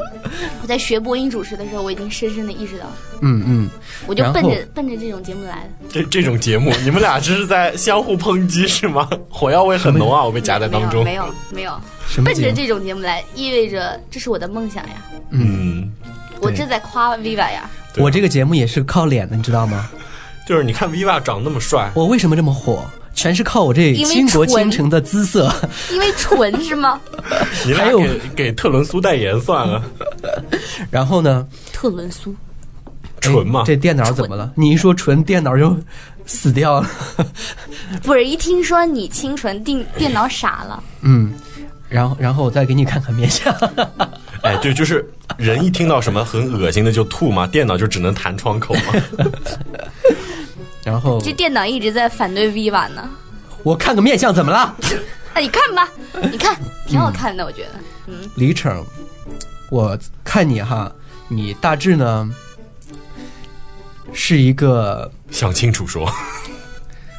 [SPEAKER 9] [coughs] 我在学播音主持的时候，我已经深深的意识到了，
[SPEAKER 5] [laughs] 嗯嗯，
[SPEAKER 9] 我就
[SPEAKER 5] 然后
[SPEAKER 9] 奔着奔着这种节目来的。
[SPEAKER 8] 这这种节目，你们俩这是在相互抨击是吗？ [laughs] 火药味很浓啊，我被夹在当中
[SPEAKER 9] 没。有没有，
[SPEAKER 5] 什么
[SPEAKER 9] 奔
[SPEAKER 5] 节
[SPEAKER 9] 着
[SPEAKER 5] 目？
[SPEAKER 9] 这种节目来，意味着这是我的梦想呀，
[SPEAKER 8] 嗯，
[SPEAKER 9] 我这在夸 Viva 呀。
[SPEAKER 8] 对
[SPEAKER 5] 我这个节目也是靠脸的，你知道吗？
[SPEAKER 8] 就是你看 Viva 长那么帅，
[SPEAKER 5] 我为什么这么火？全是靠我这
[SPEAKER 9] 因为
[SPEAKER 5] 倾国
[SPEAKER 9] 纯
[SPEAKER 5] 倾城的
[SPEAKER 9] [laughs]
[SPEAKER 5] 姿色。
[SPEAKER 9] 因为纯是
[SPEAKER 5] [laughs]
[SPEAKER 9] 吗？
[SPEAKER 8] 你俩
[SPEAKER 5] 还有哎
[SPEAKER 8] 给给特伦苏代言算了，
[SPEAKER 5] 然后呢？
[SPEAKER 9] 特伦苏，
[SPEAKER 5] 哎
[SPEAKER 8] 纯嘛。
[SPEAKER 5] 这电脑怎么了？你一说纯，电脑就死掉了。 [laughs]
[SPEAKER 9] 不是一听说你清纯，电电脑傻了。
[SPEAKER 5] 嗯，然后然后我再给你看看面相。 [laughs]
[SPEAKER 8] 哎，对，就是人一听到什么很恶心的就吐嘛，电脑就只能弹窗口嘛。
[SPEAKER 5] 然后
[SPEAKER 9] 这电脑一直在反对 V 版呢。
[SPEAKER 5] 我看个面相怎么了？
[SPEAKER 9] 哎，你看
[SPEAKER 5] [laughs]
[SPEAKER 9] 吧，你看挺好看的，我觉得。
[SPEAKER 5] 李成，我看你哈，你大致呢是一个
[SPEAKER 8] [laughs] 想清楚说，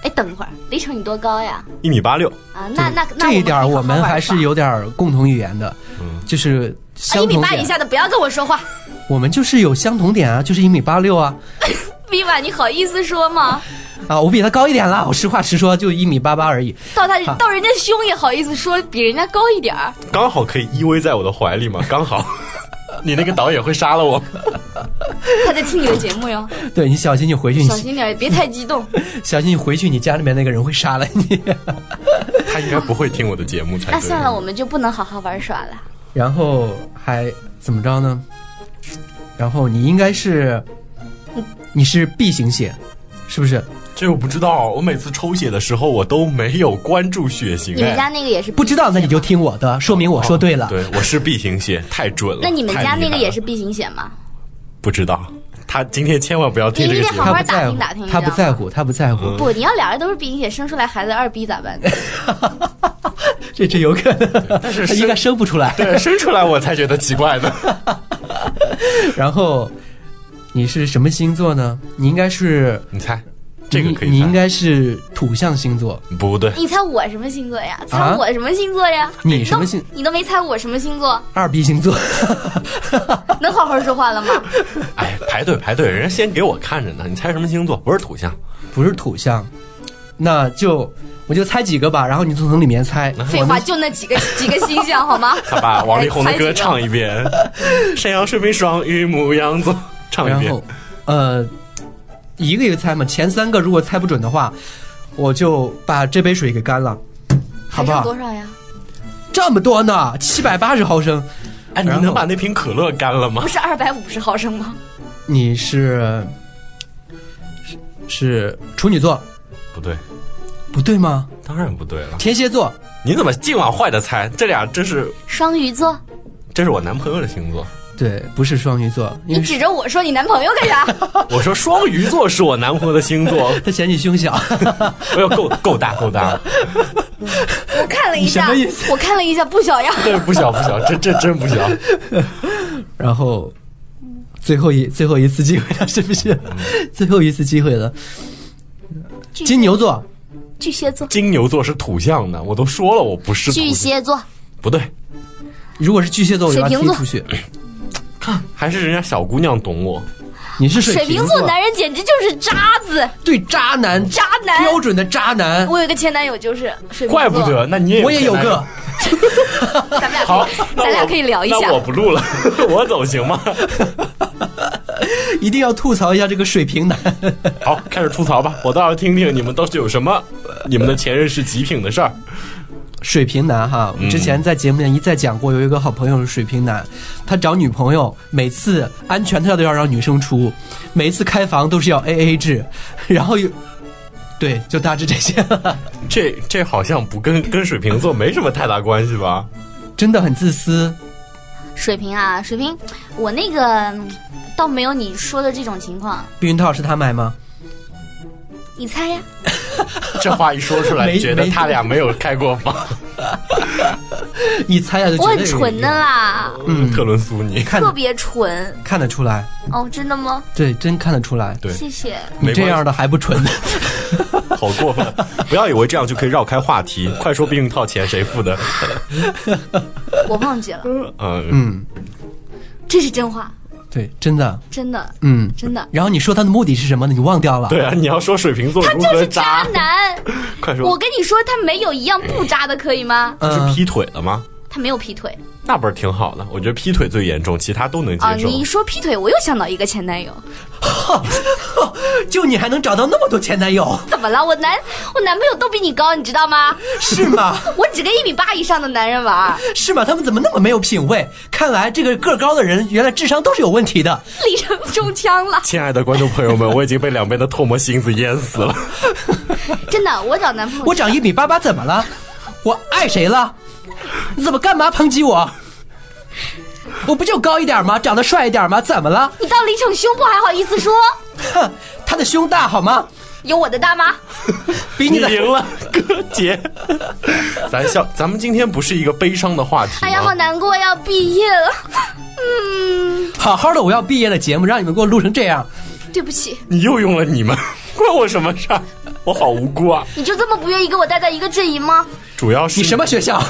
[SPEAKER 9] 哎，等一会儿，李成你多高呀？
[SPEAKER 8] 一米八六，
[SPEAKER 9] 啊，那那那
[SPEAKER 5] 这一点，我
[SPEAKER 9] 我
[SPEAKER 5] 们还是有点共同语言的，就是
[SPEAKER 9] 啊一
[SPEAKER 5] 相
[SPEAKER 9] 米
[SPEAKER 5] 同
[SPEAKER 9] 八
[SPEAKER 5] 点。
[SPEAKER 9] 以下的不要跟我说话。
[SPEAKER 5] 我们就是有相同点啊，就是一米八六啊
[SPEAKER 9] V 版，你好意思说
[SPEAKER 5] [laughs]
[SPEAKER 9] 吗？
[SPEAKER 5] 啊，我比他高一点啦，我实话实说，就一米八八而已。
[SPEAKER 9] 到他
[SPEAKER 5] 啊
[SPEAKER 9] 到人家胸也好意思说比人家高一点儿。
[SPEAKER 8] 刚好可以依偎在我的怀里嘛，刚好。 [laughs] 你那个导演会杀了我。
[SPEAKER 9] 他在听你的节目哟，
[SPEAKER 5] 对你小心，你回去你
[SPEAKER 9] 小心点儿，别太激动。
[SPEAKER 5] 小心你回去，你家里面那个人会杀了你。 [laughs]
[SPEAKER 8] 他应该不会听我的节目才对。
[SPEAKER 9] 那算了，我们就不能好好玩耍了。
[SPEAKER 5] 然后还怎么着呢？然后你应该是，你是 B 型血，是不是？
[SPEAKER 8] 这我不知道，我每次抽血的时候我都没有关注血型。
[SPEAKER 9] 你们家
[SPEAKER 8] 哎
[SPEAKER 9] 那个也是
[SPEAKER 5] 不知道那你就听我的，说明我说对了。
[SPEAKER 8] 哦对，我是 B 型血，太准了。
[SPEAKER 9] 那你们
[SPEAKER 8] 太
[SPEAKER 9] 家那
[SPEAKER 8] 厉
[SPEAKER 9] 个
[SPEAKER 8] 害
[SPEAKER 9] 也
[SPEAKER 8] 了
[SPEAKER 9] 是 B 型血吗？
[SPEAKER 8] 不知道。他今天千万不要听
[SPEAKER 9] 你
[SPEAKER 8] 这个
[SPEAKER 9] 一
[SPEAKER 8] 节
[SPEAKER 9] 定
[SPEAKER 8] 目
[SPEAKER 9] 好。
[SPEAKER 5] 他
[SPEAKER 9] 好
[SPEAKER 5] 不在
[SPEAKER 9] 打听打听
[SPEAKER 5] 乎，
[SPEAKER 9] 你
[SPEAKER 5] 他
[SPEAKER 9] 知
[SPEAKER 5] 不
[SPEAKER 9] 道吗
[SPEAKER 5] 在乎，他不在乎，
[SPEAKER 8] 嗯
[SPEAKER 9] 不，你要俩人都是 B 型血，生出来孩子二逼咋办？
[SPEAKER 5] 这这有可能，但是应该生不出来。
[SPEAKER 8] 对，生出来我才觉得奇怪
[SPEAKER 5] [laughs]
[SPEAKER 8] 呢。
[SPEAKER 5] 然后你是什么星座呢？你应该是
[SPEAKER 8] 你猜，这个
[SPEAKER 5] 你
[SPEAKER 8] 可以
[SPEAKER 5] 你
[SPEAKER 8] 猜
[SPEAKER 5] 应该是土象星座。
[SPEAKER 8] 不对，
[SPEAKER 9] 你猜我什么星座呀？猜
[SPEAKER 5] 啊
[SPEAKER 9] 我什么星座呀？
[SPEAKER 5] 你什么星
[SPEAKER 9] 都？你都没猜我什么星座，
[SPEAKER 5] 二 B 星
[SPEAKER 8] [laughs]
[SPEAKER 5] 座，
[SPEAKER 9] 能好好说话了吗？
[SPEAKER 8] 哎，排队排队，人家先给我看着呢。你猜什么星座？不是土象，
[SPEAKER 5] 不是土象，那就我就猜几个吧，然后你就从里面猜。
[SPEAKER 9] 废话，就那几个几个星象好吗？[laughs]
[SPEAKER 8] 他把王力宏的歌
[SPEAKER 9] 哎猜几个
[SPEAKER 8] 唱一遍，
[SPEAKER 9] [laughs]
[SPEAKER 8] 《山羊水冰双鱼母羊座》唱一
[SPEAKER 5] 然
[SPEAKER 8] 遍
[SPEAKER 5] 后，呃，一个一个猜嘛，前三个如果猜不准的话，我就把这杯水给干了，
[SPEAKER 9] 还
[SPEAKER 5] 好不
[SPEAKER 9] 剩
[SPEAKER 5] 好
[SPEAKER 9] 多？少呀？
[SPEAKER 5] 这么多呢，七百八十毫升，
[SPEAKER 8] 哎，你
[SPEAKER 5] 然后
[SPEAKER 8] 能把那瓶可乐干了吗
[SPEAKER 9] 不？是二百五十毫升吗？
[SPEAKER 5] 你是是是处女座，
[SPEAKER 8] 不对，
[SPEAKER 5] 不对吗？
[SPEAKER 8] 当然不对了。
[SPEAKER 5] 天蝎座，
[SPEAKER 8] 你怎么尽往坏的猜？这俩真是，
[SPEAKER 9] 双鱼座，
[SPEAKER 8] 这是我男朋友的星座。
[SPEAKER 5] 对，不是双鱼座，因
[SPEAKER 9] 你
[SPEAKER 5] 为是
[SPEAKER 9] 指着我说你男朋友干啥？
[SPEAKER 8] 我说双鱼座是我男朋友的星座，
[SPEAKER 5] 他嫌你胸小， [laughs]
[SPEAKER 8] 哎呦，够够大够大，
[SPEAKER 9] 我看了一下
[SPEAKER 5] 你什么意，思
[SPEAKER 9] 我看了一下，不小呀。
[SPEAKER 8] 对，哎不小不小，这这真不小。
[SPEAKER 5] 然后最后一最后一次机会了，是不是？
[SPEAKER 9] 嗯
[SPEAKER 5] 最后一次机会了，金牛座，
[SPEAKER 9] 巨蟹座，
[SPEAKER 8] 金牛座是土象的，我都说了我不是土
[SPEAKER 9] 巨蟹座，
[SPEAKER 8] 不对，
[SPEAKER 5] 如果是巨蟹座，我就把他
[SPEAKER 9] 水
[SPEAKER 5] 踢
[SPEAKER 9] 瓶座
[SPEAKER 5] 出去。
[SPEAKER 8] 还是人家小姑娘懂我。
[SPEAKER 5] 你是
[SPEAKER 9] 水
[SPEAKER 5] 瓶
[SPEAKER 9] 瓶座男人简直就是渣子。
[SPEAKER 5] 对渣男，
[SPEAKER 9] 渣男
[SPEAKER 5] 标准的渣男，
[SPEAKER 9] 我有一个前男友就是水瓶座，
[SPEAKER 8] 怪不得，那你也
[SPEAKER 5] 我也有
[SPEAKER 8] 前男友
[SPEAKER 5] 个。
[SPEAKER 9] 咱们俩可以
[SPEAKER 8] 好，那
[SPEAKER 9] 咱俩
[SPEAKER 8] 我
[SPEAKER 9] 可以聊一下
[SPEAKER 8] 那我。不录了， [laughs] 我走行吗？
[SPEAKER 5] 一定要吐槽一下这个水瓶男。
[SPEAKER 8] 好，开始吐槽吧，我倒要听听你们都是有什么，呃你们的前任是极品的事儿。
[SPEAKER 5] 水瓶男哈，我们之前在节目里一再讲过，有一个好朋友是水瓶男，他找女朋友每次安全套都要让女生出，每一次开房都是要 A A 制，然后有。对，就大致这些 [laughs] 了，
[SPEAKER 8] 这这好像不跟跟水瓶座没什么太大关系吧？
[SPEAKER 5] 真的很自私。
[SPEAKER 9] 水瓶啊，水瓶，我那个嗯倒没有你说的这种情况，
[SPEAKER 5] 避孕套是他买吗？
[SPEAKER 9] 你猜呀？
[SPEAKER 8] 这话一说出来，
[SPEAKER 5] 没
[SPEAKER 8] 觉得
[SPEAKER 5] 没
[SPEAKER 8] 他俩没有开过房。
[SPEAKER 5] 一猜啊呀就觉
[SPEAKER 9] 我
[SPEAKER 5] 得
[SPEAKER 9] 很
[SPEAKER 5] 有
[SPEAKER 9] 纯的啦，
[SPEAKER 8] 嗯，特伦苏尼，
[SPEAKER 5] 看
[SPEAKER 9] 特别纯
[SPEAKER 5] 看得出来，
[SPEAKER 9] 哦，真的吗？
[SPEAKER 5] 对，真看得出来。
[SPEAKER 8] 对
[SPEAKER 9] 谢谢。
[SPEAKER 5] 你这样的还不纯呢？
[SPEAKER 8] 好过分！不要以为这样就可以绕开话题，快说避孕套钱谁付的？
[SPEAKER 9] 我忘记了，
[SPEAKER 8] 嗯，
[SPEAKER 9] 这是真话，
[SPEAKER 5] 对，真的，
[SPEAKER 9] 真的，
[SPEAKER 5] 嗯。
[SPEAKER 9] 真的。
[SPEAKER 5] 然后你说他的目的是什么呢？你忘掉了。
[SPEAKER 8] 对啊，你要说水瓶座如
[SPEAKER 9] 就
[SPEAKER 8] 何
[SPEAKER 9] 是渣男，
[SPEAKER 8] 快说，
[SPEAKER 9] 我跟你说，他没有一样不渣的，可以吗？
[SPEAKER 8] 不
[SPEAKER 5] 嗯
[SPEAKER 8] 是劈腿了吗？
[SPEAKER 9] 他没有劈腿
[SPEAKER 8] 那不是挺好的？我觉得劈腿最严重，其他都能
[SPEAKER 9] 啊！
[SPEAKER 8] 嗯接受。
[SPEAKER 9] 你一说劈腿，我又想到一个前男友，
[SPEAKER 5] 就你还能找到那么多前男友，
[SPEAKER 9] 怎么了？我男我男朋友都比你高，你知道吗？
[SPEAKER 5] 是吗？
[SPEAKER 9] 我只跟一米八以上的男人玩儿。
[SPEAKER 5] 是吗？他们怎么那么没有品位？看来这个个高的人，原来智商都是有问题的。
[SPEAKER 9] 李晨中枪了，
[SPEAKER 8] 亲爱的观众朋友们，我已经被两边的唾沫星子淹死了。
[SPEAKER 9] 真的，我找男朋友，
[SPEAKER 5] 我长一米八八怎么了？我爱谁了？你怎么干嘛抨击我？我不就高一点吗？长得帅一点吗？怎么了？
[SPEAKER 9] 你到李晨胸部还好意思说？
[SPEAKER 5] 哼，他的胸大好吗？
[SPEAKER 4] 有我的大妈。
[SPEAKER 5] 比
[SPEAKER 8] 你
[SPEAKER 5] 你的
[SPEAKER 8] 赢了，哥姐。咱笑，咱们今天不是一个悲伤的话题吗。
[SPEAKER 4] 哎呀，好难过，要毕业
[SPEAKER 5] [laughs]
[SPEAKER 4] 了。嗯，
[SPEAKER 5] 好好的我要毕业的节目，让你们给我录成这样，
[SPEAKER 4] 对不起，
[SPEAKER 8] 你又用了你们， [laughs] 关我什么事儿？我好无辜啊！
[SPEAKER 4] 你就这么不愿意跟我待在一个阵营吗？
[SPEAKER 8] 主要是
[SPEAKER 5] 你什么？学校？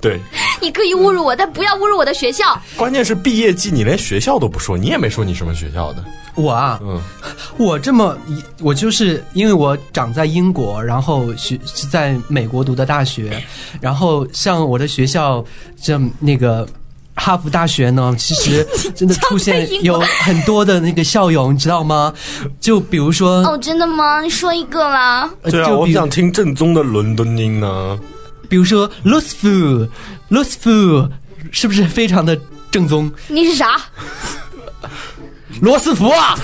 [SPEAKER 8] 对，
[SPEAKER 4] 你可以侮辱我，但不要侮辱我的学校。
[SPEAKER 8] 关键是毕业季你连学校都不说，你也没说你什么学校的。
[SPEAKER 5] 我啊，
[SPEAKER 8] 嗯
[SPEAKER 5] 我这么一，我就是因为我长在英国，然后学是在美国读的大学，然后像我的学校，像那个哈佛大学呢，其实真的出现有很多的那个校友，你知道吗？就比如说，
[SPEAKER 4] 哦，真的吗？你说一个啦。
[SPEAKER 5] 呃
[SPEAKER 8] 对啊，
[SPEAKER 5] 就
[SPEAKER 8] 我
[SPEAKER 5] 比如
[SPEAKER 8] 想听正宗的伦敦音啊呢。
[SPEAKER 5] 比如说 l o s f u l o s f u 是不是非常的正宗？
[SPEAKER 4] 你是啥？
[SPEAKER 5] 罗斯福啊，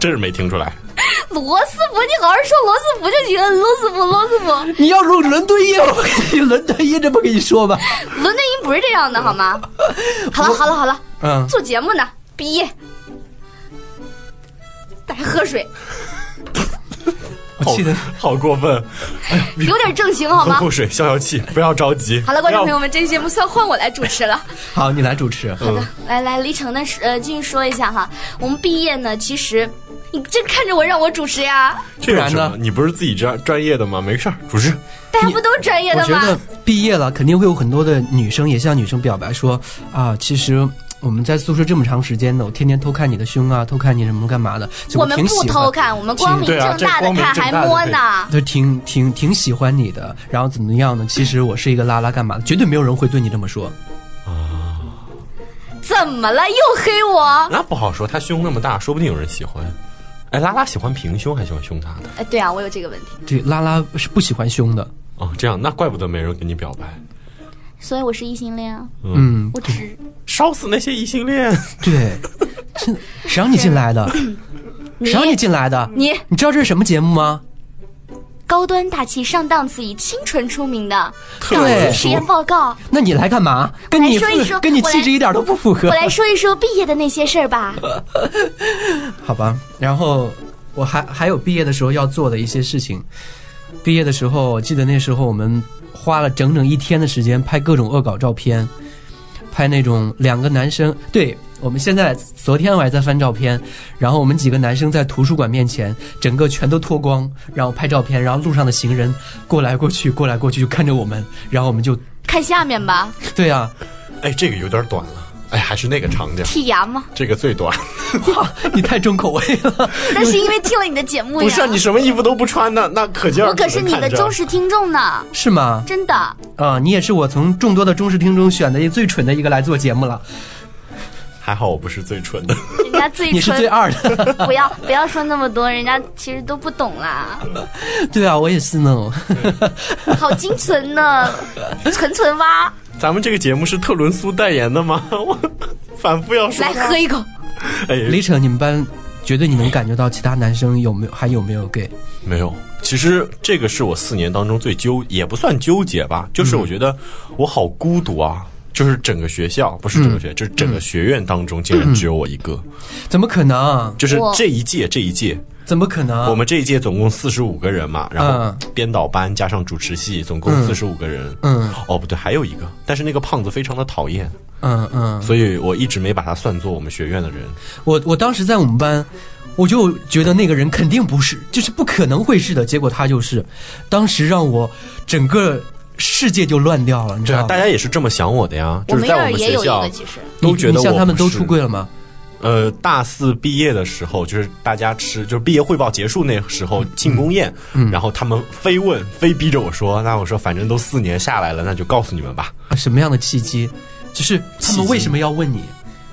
[SPEAKER 8] 真是没听出来。
[SPEAKER 4] 罗斯福，你好好说罗斯福就行了。罗斯福，罗斯福，
[SPEAKER 5] 你要录伦敦音，我给你伦敦音这么跟你说吧，
[SPEAKER 4] 伦敦音不是这样的，好吗？好了，好了，好了，
[SPEAKER 5] 嗯。
[SPEAKER 4] 做节目呢，毕业。大家喝
[SPEAKER 5] [laughs]
[SPEAKER 4] 水，
[SPEAKER 5] 我
[SPEAKER 8] 好
[SPEAKER 5] 记得
[SPEAKER 8] 好过分，
[SPEAKER 4] 有点正形好
[SPEAKER 8] 喝
[SPEAKER 4] 吗？
[SPEAKER 8] 口水消消气，不要着急。
[SPEAKER 4] 好了，观众朋友
[SPEAKER 8] 不
[SPEAKER 4] 们，这期节目算换我来主持了。
[SPEAKER 5] [laughs] 好，你来主持。
[SPEAKER 8] 要，嗯，
[SPEAKER 4] 来来，离城的是呃，继续说一下哈。我们毕业呢，其实你真看着我让我主持呀，
[SPEAKER 8] 这
[SPEAKER 5] 不
[SPEAKER 8] 有
[SPEAKER 5] 然
[SPEAKER 8] 什
[SPEAKER 5] 呢
[SPEAKER 8] 么？你不是自己专专业的吗？没事儿，主持。
[SPEAKER 4] 大家不都是专业
[SPEAKER 5] 我
[SPEAKER 4] 的
[SPEAKER 5] 觉得
[SPEAKER 4] 吗？
[SPEAKER 5] 毕业了，肯定会有很多的女生也向女生表白说啊，其实。我们在宿舍这么长时间呢，我天天偷看你的胸啊，偷看你什么干嘛的，就
[SPEAKER 4] 我们
[SPEAKER 5] 挺
[SPEAKER 4] 不
[SPEAKER 5] 喜欢
[SPEAKER 4] 偷，看，我们光明
[SPEAKER 8] 对啊
[SPEAKER 4] 正大
[SPEAKER 8] 这
[SPEAKER 4] 的
[SPEAKER 8] 光明
[SPEAKER 4] 看，
[SPEAKER 8] 正
[SPEAKER 4] 还
[SPEAKER 8] 大地
[SPEAKER 4] 摸
[SPEAKER 8] 对
[SPEAKER 4] 呢。
[SPEAKER 5] 就挺挺挺喜欢你的，然后怎么样呢？其实我是一个拉拉干嘛的，绝对没有人会对你这么说。
[SPEAKER 4] 怎么了？又黑我？
[SPEAKER 8] 那不好说，他胸那么大，说不定有人喜欢。哎，拉拉喜欢平胸还喜欢胸大的
[SPEAKER 4] 哎，对啊，我有这个问题，
[SPEAKER 5] 对，拉拉是不喜欢胸的，
[SPEAKER 8] 哦，这样那怪不得没人跟你表白。
[SPEAKER 4] 所以我是异性恋啊，
[SPEAKER 5] 嗯，
[SPEAKER 4] 我直。
[SPEAKER 8] 烧死那些异性恋！
[SPEAKER 5] 对，真的谁让你进
[SPEAKER 4] [laughs]
[SPEAKER 5] 来的？谁让你进来的？
[SPEAKER 4] [laughs] 你
[SPEAKER 5] 你知道这是什么节目吗？
[SPEAKER 4] 高端大气上档次，以清纯出名的
[SPEAKER 5] 别
[SPEAKER 4] 档
[SPEAKER 5] 文
[SPEAKER 4] 次
[SPEAKER 5] 殊
[SPEAKER 4] 实验报告，
[SPEAKER 5] 那你来干嘛？跟
[SPEAKER 4] 我来
[SPEAKER 5] 你
[SPEAKER 4] 哎说一说
[SPEAKER 5] 跟你
[SPEAKER 4] 我来
[SPEAKER 5] 气质一点都不符合。
[SPEAKER 4] 我来说一说毕业的那些事儿
[SPEAKER 8] [laughs]
[SPEAKER 4] 吧。
[SPEAKER 5] 好吧，然后我还还有毕业的时候要做的一些事情。毕业的时候，我记得那时候我们花了整整一天的时间拍各种恶搞照片，拍那种两个男生。对我们现在昨天我还在翻照片，然后我们几个男生在图书馆面前，整个全都脱光，然后拍照片，然后路上的行人过来过去，过来过去就看着我们，然后我们就
[SPEAKER 4] 看下面吧，
[SPEAKER 5] 对啊，
[SPEAKER 8] [laughs] 哎，这个有点短了。哎，还是那个长点儿，
[SPEAKER 4] 剔牙吗？
[SPEAKER 8] 这个最短。
[SPEAKER 5] 哇，你太重口味了。
[SPEAKER 4] 那是因为听了你的节目呀。
[SPEAKER 8] 不是啊你什么衣服都不穿呢，那可劲儿。
[SPEAKER 4] 我可是你的忠
[SPEAKER 8] 实。
[SPEAKER 4] 实听众呢，
[SPEAKER 5] 是吗？
[SPEAKER 4] 真的。
[SPEAKER 5] 啊、你也是我从众多的忠实听众选的一最蠢的一个来做节目了，
[SPEAKER 8] 还好我不是最蠢的。
[SPEAKER 4] 人家最
[SPEAKER 8] [laughs]
[SPEAKER 5] 你是
[SPEAKER 4] 纯，
[SPEAKER 5] 最二的。
[SPEAKER 4] 不要不要说那么多，人家其实都不懂啦，
[SPEAKER 5] [laughs] 对啊，我也是呢。
[SPEAKER 4] 好精纯
[SPEAKER 5] [laughs]
[SPEAKER 4] 呢，纯纯蛙，
[SPEAKER 8] 咱们这个节目是特伦苏代言的吗？ [laughs] 我反复要说
[SPEAKER 5] 啊
[SPEAKER 4] 来。喝一口。
[SPEAKER 8] 哎，
[SPEAKER 5] 李扯，你们班绝对你能感觉到其他男生有没有还有没有 gay？
[SPEAKER 8] 没有。其实这个是我四年当中最纠，也不算纠结吧，
[SPEAKER 5] 嗯
[SPEAKER 8] 就是我觉得我好孤独啊。就是整个学校，不是整个
[SPEAKER 5] 嗯
[SPEAKER 8] 学，就是整个学院当中，竟然只有我一个。
[SPEAKER 5] 怎么可能？啊
[SPEAKER 8] 就是
[SPEAKER 4] 我
[SPEAKER 8] 这一届，这一届，
[SPEAKER 5] 怎么可能？啊
[SPEAKER 8] 我们这一届总共四十五个人嘛，然后
[SPEAKER 5] 嗯
[SPEAKER 8] 编导班加上主持系，总共
[SPEAKER 5] 嗯
[SPEAKER 8] 四十五个人。
[SPEAKER 5] 嗯
[SPEAKER 8] 哦，不对，还有一个，但是那个胖子非常的讨厌，
[SPEAKER 5] 嗯嗯，
[SPEAKER 8] 所以我一直没把他算作我们学院的人。
[SPEAKER 5] 我我当时在我们班。我就觉得那个人肯定不是，就是不可能会是的。结果他就是，当时让我整个世界就乱掉了，你知
[SPEAKER 8] 对啊
[SPEAKER 5] 道，吗
[SPEAKER 8] 大？家也是这么想我的呀，
[SPEAKER 4] 我
[SPEAKER 8] 就是
[SPEAKER 4] 们
[SPEAKER 8] 在
[SPEAKER 4] 院
[SPEAKER 8] 我
[SPEAKER 4] 儿
[SPEAKER 8] 们
[SPEAKER 4] 也
[SPEAKER 8] 学
[SPEAKER 4] 有一
[SPEAKER 8] 校
[SPEAKER 4] 个，其实
[SPEAKER 8] 都觉
[SPEAKER 5] 你
[SPEAKER 8] 得
[SPEAKER 5] 你像
[SPEAKER 8] 我
[SPEAKER 5] 他们
[SPEAKER 8] 不
[SPEAKER 5] 都
[SPEAKER 8] 是
[SPEAKER 5] 出柜了吗？
[SPEAKER 8] 呃，大四毕业的时候，就是大家吃，就是毕业汇报结束那时
[SPEAKER 5] 嗯
[SPEAKER 8] 候庆功宴，然后他们非问非逼着我说，那我说反正都四年下来了，那就告诉你们吧。
[SPEAKER 5] 啊什么样的契机？就是他
[SPEAKER 8] 契
[SPEAKER 5] 们
[SPEAKER 8] 机
[SPEAKER 5] 为什么要问你？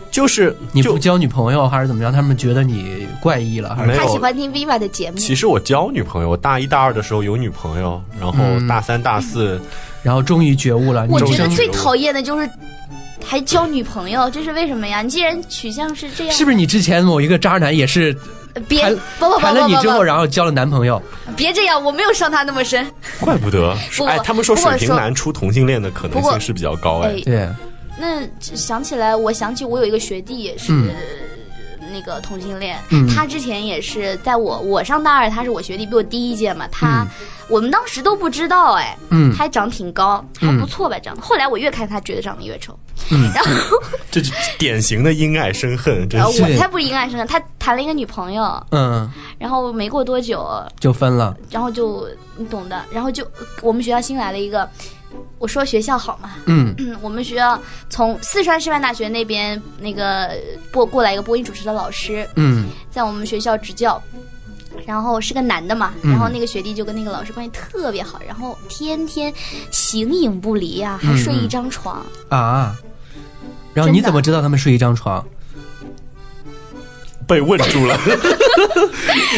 [SPEAKER 8] 就是
[SPEAKER 5] 你
[SPEAKER 8] 就
[SPEAKER 5] 不交女朋友还是怎么样？他们觉得你怪异了，还
[SPEAKER 8] 没
[SPEAKER 5] 是
[SPEAKER 4] 他喜
[SPEAKER 8] 有。
[SPEAKER 4] 欢听 Viva 的节目，
[SPEAKER 8] 其实我交女朋友，我大一大二的时候有女朋友，然后
[SPEAKER 5] 嗯
[SPEAKER 8] 大三大四，
[SPEAKER 5] 然后终于觉悟了，
[SPEAKER 4] 我
[SPEAKER 5] 女
[SPEAKER 4] 觉得
[SPEAKER 5] 生
[SPEAKER 4] 最讨厌的就是还交女朋友，这是为什么呀？你既然取向是这样，
[SPEAKER 5] 是不是你之前某一个渣男也是
[SPEAKER 4] 别
[SPEAKER 5] 谈
[SPEAKER 4] 不哦不不
[SPEAKER 5] 谈了你之后，
[SPEAKER 4] 不
[SPEAKER 5] 然后交了男朋友？
[SPEAKER 4] 不，别这样，我没有伤他那么深。
[SPEAKER 8] 怪不得
[SPEAKER 4] 嗯不
[SPEAKER 8] 哎，他们说
[SPEAKER 4] 不过
[SPEAKER 8] 水瓶
[SPEAKER 4] 说
[SPEAKER 8] 男出同性恋的可
[SPEAKER 4] 不
[SPEAKER 8] 能
[SPEAKER 4] 过
[SPEAKER 8] 性是比较高哎
[SPEAKER 4] 哎。
[SPEAKER 5] 对，
[SPEAKER 4] 那想起来，我想起我有一个学弟也是
[SPEAKER 5] 嗯
[SPEAKER 4] 那个同性恋，他之前也是在我我上大二，他是我学弟，比我低一届嘛，他、我们当时都不知道，哎，
[SPEAKER 5] 嗯
[SPEAKER 4] 他长挺高，还不错吧，长得。后来我越看他觉得长得越丑，然后
[SPEAKER 8] 这就典型的因爱生恨，真
[SPEAKER 4] 然后
[SPEAKER 8] 是。
[SPEAKER 4] 我才不应爱生恨，他谈了一个女朋友，
[SPEAKER 5] 嗯，
[SPEAKER 4] 然后没过多久，
[SPEAKER 5] 就分了。
[SPEAKER 4] 然后就你懂的，然后就我们学校新来了一个，我说学校好吗？
[SPEAKER 5] 嗯
[SPEAKER 4] 嗯，我们学校从四川师范大学那边那个播过来一个播音主持的老师，
[SPEAKER 5] 嗯
[SPEAKER 4] 在我们学校执教。然后是个男的嘛，然后那个学弟就跟那个老师关系特别好，然后天天形影不离啊，还睡一张床。
[SPEAKER 5] 啊，然后你
[SPEAKER 4] 真的
[SPEAKER 5] 怎么知道他们睡一张床？
[SPEAKER 8] 被问
[SPEAKER 4] [laughs]
[SPEAKER 8] 住了，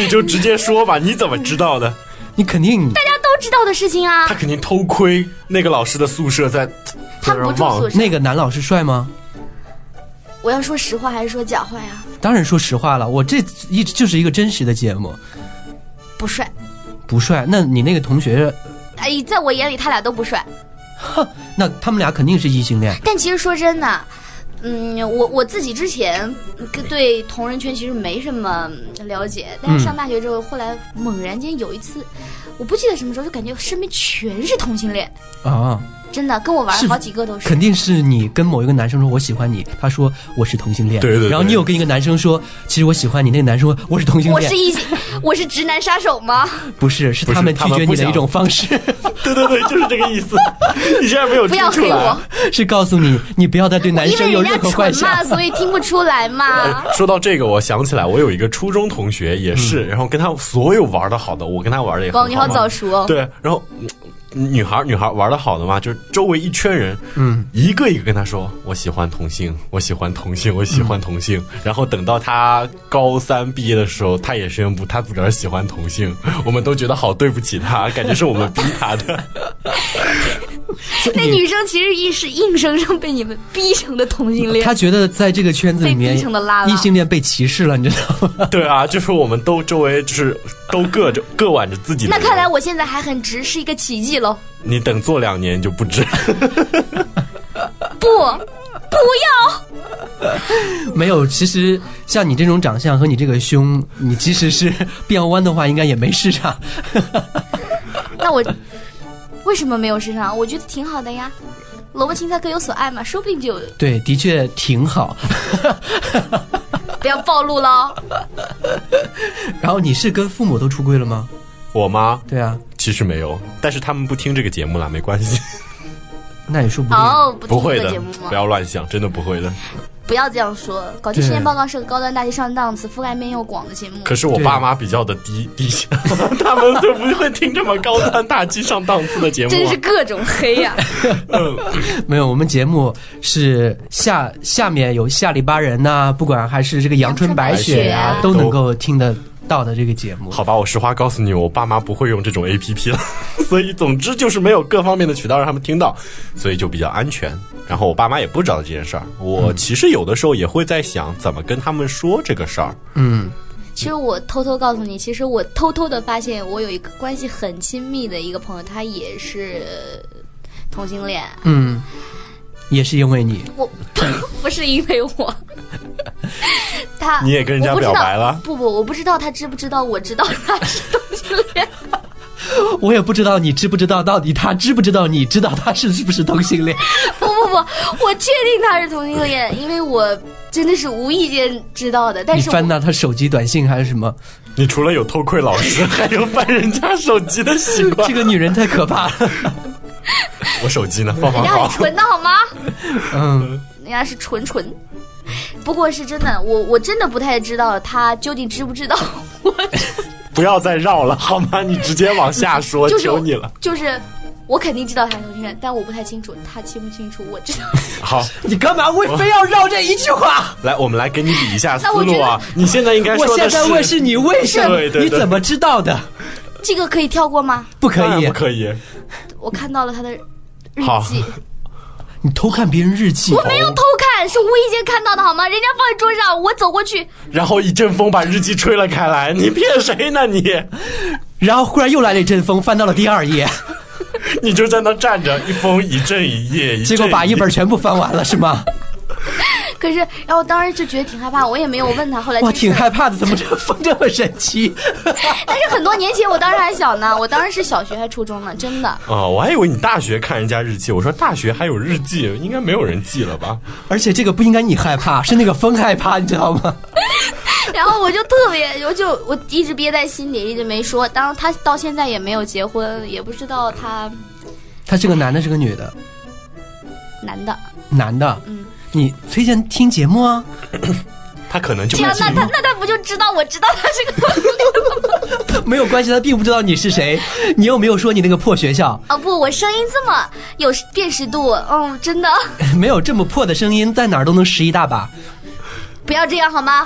[SPEAKER 8] 你就直接说吧，你怎么知道的？
[SPEAKER 4] 啊
[SPEAKER 5] 你肯定
[SPEAKER 4] 大家都知道的事情啊
[SPEAKER 8] 他，肯定偷窥那个老师的宿舍在，
[SPEAKER 4] 他不住
[SPEAKER 8] 忘
[SPEAKER 4] 宿舍。
[SPEAKER 5] 那个男老师帅吗？
[SPEAKER 4] 我要说实话还是说假话呀？
[SPEAKER 5] 当然说实话了，我这一直就是一个真实的节目，
[SPEAKER 4] 不帅，
[SPEAKER 5] 不帅。那你那个同学，
[SPEAKER 4] 哎，在我眼里他俩都不帅。
[SPEAKER 5] 那他们俩肯定是异性恋。
[SPEAKER 4] 但其实说真的，嗯，我我自己之前嗯跟对同人圈其实没什么了解，但是上大学之后，后来猛然间有一次，我不记得什么时候，就感觉身边全是同性恋，
[SPEAKER 5] 啊，
[SPEAKER 4] 真的跟我玩
[SPEAKER 5] 是
[SPEAKER 4] 儿好几个都是。
[SPEAKER 5] 肯定是你跟某一个男生说我喜欢你，他说我是同性恋，
[SPEAKER 8] 对对对
[SPEAKER 5] 然后你有跟一个男生说其实我喜欢你，那个男生说我是同性
[SPEAKER 4] 我
[SPEAKER 5] 恋
[SPEAKER 4] 是，异性，
[SPEAKER 5] [laughs]
[SPEAKER 4] 我是直男杀手吗？
[SPEAKER 5] 不是，是
[SPEAKER 8] 不是
[SPEAKER 5] 他们
[SPEAKER 8] 他
[SPEAKER 5] 拒
[SPEAKER 8] 们
[SPEAKER 5] 绝
[SPEAKER 8] 不
[SPEAKER 5] 你的一
[SPEAKER 8] 想
[SPEAKER 5] 种方式，
[SPEAKER 8] 对对对，就是这个意思。 [laughs] 你竟然没有
[SPEAKER 4] 不
[SPEAKER 8] 听
[SPEAKER 4] 要
[SPEAKER 8] 出
[SPEAKER 4] 黑
[SPEAKER 8] 来
[SPEAKER 4] 我。，啊
[SPEAKER 5] [laughs] 是告诉你你不要再对男
[SPEAKER 4] 因
[SPEAKER 5] 生
[SPEAKER 4] 为
[SPEAKER 5] 有
[SPEAKER 4] 人
[SPEAKER 5] 任
[SPEAKER 4] 家
[SPEAKER 5] 何幻
[SPEAKER 4] 蠢
[SPEAKER 5] 想。
[SPEAKER 4] 嘛，所以听不出来
[SPEAKER 5] [laughs] 哎
[SPEAKER 4] 嘛。
[SPEAKER 8] 哎说到这个，我想起来，我有一个初中同学也
[SPEAKER 4] 嗯
[SPEAKER 8] 是，然后跟他所有玩的好的，我跟他玩的也很
[SPEAKER 4] 王，你好
[SPEAKER 8] 嘛
[SPEAKER 4] 早熟哦。
[SPEAKER 8] 对，然后嗯女孩儿女孩儿玩的好的嘛，就是周围一圈人，嗯，一个一个跟她说我喜欢同性，我喜欢同性，我喜
[SPEAKER 4] 嗯
[SPEAKER 8] 欢同性。然后等到她高三毕业的时候，她也宣布她自个儿喜欢同性，我们都觉得好对不起她，感觉是我们逼她的。 [laughs]
[SPEAKER 4] 那女生其实一是硬生生被你们逼成的同性恋
[SPEAKER 5] 他。觉得在这个圈子里面
[SPEAKER 4] 被逼成的拉，拉
[SPEAKER 5] 异性恋被歧视了，你知道吗？ [laughs]
[SPEAKER 8] 对啊，就是我们都周围就是都各着各挽着自己的
[SPEAKER 4] 那
[SPEAKER 8] 人。
[SPEAKER 4] 看来我现在还很直，是一个奇迹喽。
[SPEAKER 8] 你等做两年就不知。
[SPEAKER 4] 不，不要！
[SPEAKER 5] 没有，其实像你这种长相和你这个胸，你即使是变弯的话，应该也没啊市场。
[SPEAKER 4] [laughs] 那我为什么没有市场？我觉得挺好的呀。萝卜青菜各有所爱嘛，说不定就有
[SPEAKER 5] [laughs] 对，的确挺好。 [laughs]
[SPEAKER 4] 不要暴露哦喽。
[SPEAKER 8] 嗯
[SPEAKER 5] 然后你是跟父母都出柜了吗？
[SPEAKER 8] [laughs] 我吗？
[SPEAKER 5] 对啊，
[SPEAKER 8] 其实没有，但是他们不听这个节目啦，没关系，
[SPEAKER 5] 那也说不定。
[SPEAKER 4] 哦，不
[SPEAKER 8] 不
[SPEAKER 4] 听
[SPEAKER 8] 会
[SPEAKER 4] 这个
[SPEAKER 8] 的
[SPEAKER 4] 节目，吗
[SPEAKER 8] 不？要乱想，真的不会的。
[SPEAKER 4] 不要这样说，搞基
[SPEAKER 5] 对
[SPEAKER 4] 实验报告是个高端大气上档次、覆盖面又广的节目。
[SPEAKER 8] 可是我
[SPEAKER 5] 对
[SPEAKER 8] 爸妈比较的低低下，他们就不会听这么高端大气上档次的节目、
[SPEAKER 4] 真
[SPEAKER 8] 啊嗯
[SPEAKER 4] 是。各种黑啊
[SPEAKER 8] [laughs]
[SPEAKER 4] 呀、
[SPEAKER 5] 没有，我们节目是下下面有下里巴人呐、不管还是这个阳春白
[SPEAKER 4] 阳春白雪
[SPEAKER 5] 雪呀、
[SPEAKER 4] 啊
[SPEAKER 5] 都能够听得到的这个节目。
[SPEAKER 8] 好吧，我实话告诉你，我爸妈不会用这种 A P P 了， [laughs] 所以总之就是没有各方面的渠道让他们听到，所以就比较安全。然后我爸妈也不知道这件事儿，我其实有的时候也会在想怎么跟他们说这个事儿。
[SPEAKER 5] 嗯，
[SPEAKER 4] 其实我偷偷告诉你，其实我偷偷的发现，我有一个关系很亲密的一个朋友，他也是同性恋。
[SPEAKER 5] 嗯，也是因为你，
[SPEAKER 4] 我不是因为
[SPEAKER 8] [laughs]
[SPEAKER 4] 我，他
[SPEAKER 8] 你也跟人家
[SPEAKER 4] 我不知道
[SPEAKER 8] 表白了
[SPEAKER 4] 不不，我不知道他知不知道，我知道他是同性恋。
[SPEAKER 5] 我也不知道你知不知道，到底他知不知道你知道他是不是同性恋？
[SPEAKER 4] 不不不，我确定他是同性恋，因为我真的是无意间知道的。但
[SPEAKER 5] 你
[SPEAKER 4] 是
[SPEAKER 5] 翻
[SPEAKER 4] 我
[SPEAKER 5] 到他手机短信还是什
[SPEAKER 8] [laughs]
[SPEAKER 5] 么？
[SPEAKER 8] 你除了有偷窥老师，还有翻人家手机的习惯。
[SPEAKER 5] 这个女人太可怕了。
[SPEAKER 8] 我手机呢？放放
[SPEAKER 4] 人家
[SPEAKER 8] 好
[SPEAKER 4] 很。纯的好吗？
[SPEAKER 5] 嗯，
[SPEAKER 4] [laughs] 人家是纯纯。不过是真的，我我真的不太知道他究竟知不知道我
[SPEAKER 8] 不要再绕了好吗？你直接往下说，
[SPEAKER 4] 就是
[SPEAKER 8] 求你了。
[SPEAKER 4] 就是我肯定知道他是同性恋，但我不太清楚他清不清楚。我知道， [laughs]
[SPEAKER 8] 好，
[SPEAKER 5] 你干嘛为非要绕这一句话？
[SPEAKER 8] 来，我们来给你比一下思
[SPEAKER 4] 那我
[SPEAKER 8] 路啊！你现在应该
[SPEAKER 5] 我
[SPEAKER 8] 说
[SPEAKER 5] 现
[SPEAKER 8] 的
[SPEAKER 5] 在问是你为什么
[SPEAKER 8] 对？对对
[SPEAKER 5] 你怎么知道的？
[SPEAKER 4] 这个可以跳过吗？
[SPEAKER 5] 不可
[SPEAKER 8] 当然
[SPEAKER 5] 以
[SPEAKER 8] 不，可以？
[SPEAKER 4] 我看到了他的日
[SPEAKER 8] 好
[SPEAKER 4] 记，
[SPEAKER 5] 你偷看别人日记
[SPEAKER 4] 我，没有偷看，是无意间看到的好吗？人家放在桌上，我走过去，
[SPEAKER 8] 然后一阵风把日记吹了开来，你骗谁呢你？ [laughs]
[SPEAKER 5] 然后忽然又来了一阵风，翻到了第二
[SPEAKER 8] [laughs]
[SPEAKER 5] 页，
[SPEAKER 8] 你就在那站着，一风一阵一夜，一
[SPEAKER 5] 结果把
[SPEAKER 8] 阵
[SPEAKER 5] 一
[SPEAKER 8] 夜
[SPEAKER 5] 本全部翻完了，是吗？
[SPEAKER 4] 可是，然后当时就觉得挺害怕，我也没有问他。后来
[SPEAKER 5] 哇，
[SPEAKER 4] 这事
[SPEAKER 5] 挺
[SPEAKER 4] 儿
[SPEAKER 5] 害怕的，怎么这个风这么神奇？
[SPEAKER 4] 但哎是很多年前，我当时还小呢，我当时是小学还初中呢，真的。
[SPEAKER 8] 啊，我还以为你大学看人家日记，我说大学还有日记，应该没有人记了吧？
[SPEAKER 5] 而且这个不应该你害怕，是那个风害怕，你知道吗？
[SPEAKER 4] 然后我就特别，我就我一直憋在心里，一直没说。当然，他到现在也没有结婚，也不知道他
[SPEAKER 5] 他是个男的，是个女的？
[SPEAKER 4] 男的。
[SPEAKER 5] 男的，
[SPEAKER 4] 嗯，
[SPEAKER 5] 你推荐听节目啊？
[SPEAKER 8] 他可能就
[SPEAKER 4] 这样，啊那他那他不就知道我知道他是个
[SPEAKER 5] 没有关系，他并不知道你是谁，你又没有说你那个破学校， [laughs]
[SPEAKER 4] 啊、不，我声音这么有辨识度，嗯，真的
[SPEAKER 5] 没有这么破的声音，在哪儿都能拾一大把。
[SPEAKER 4] 不要这样好吗？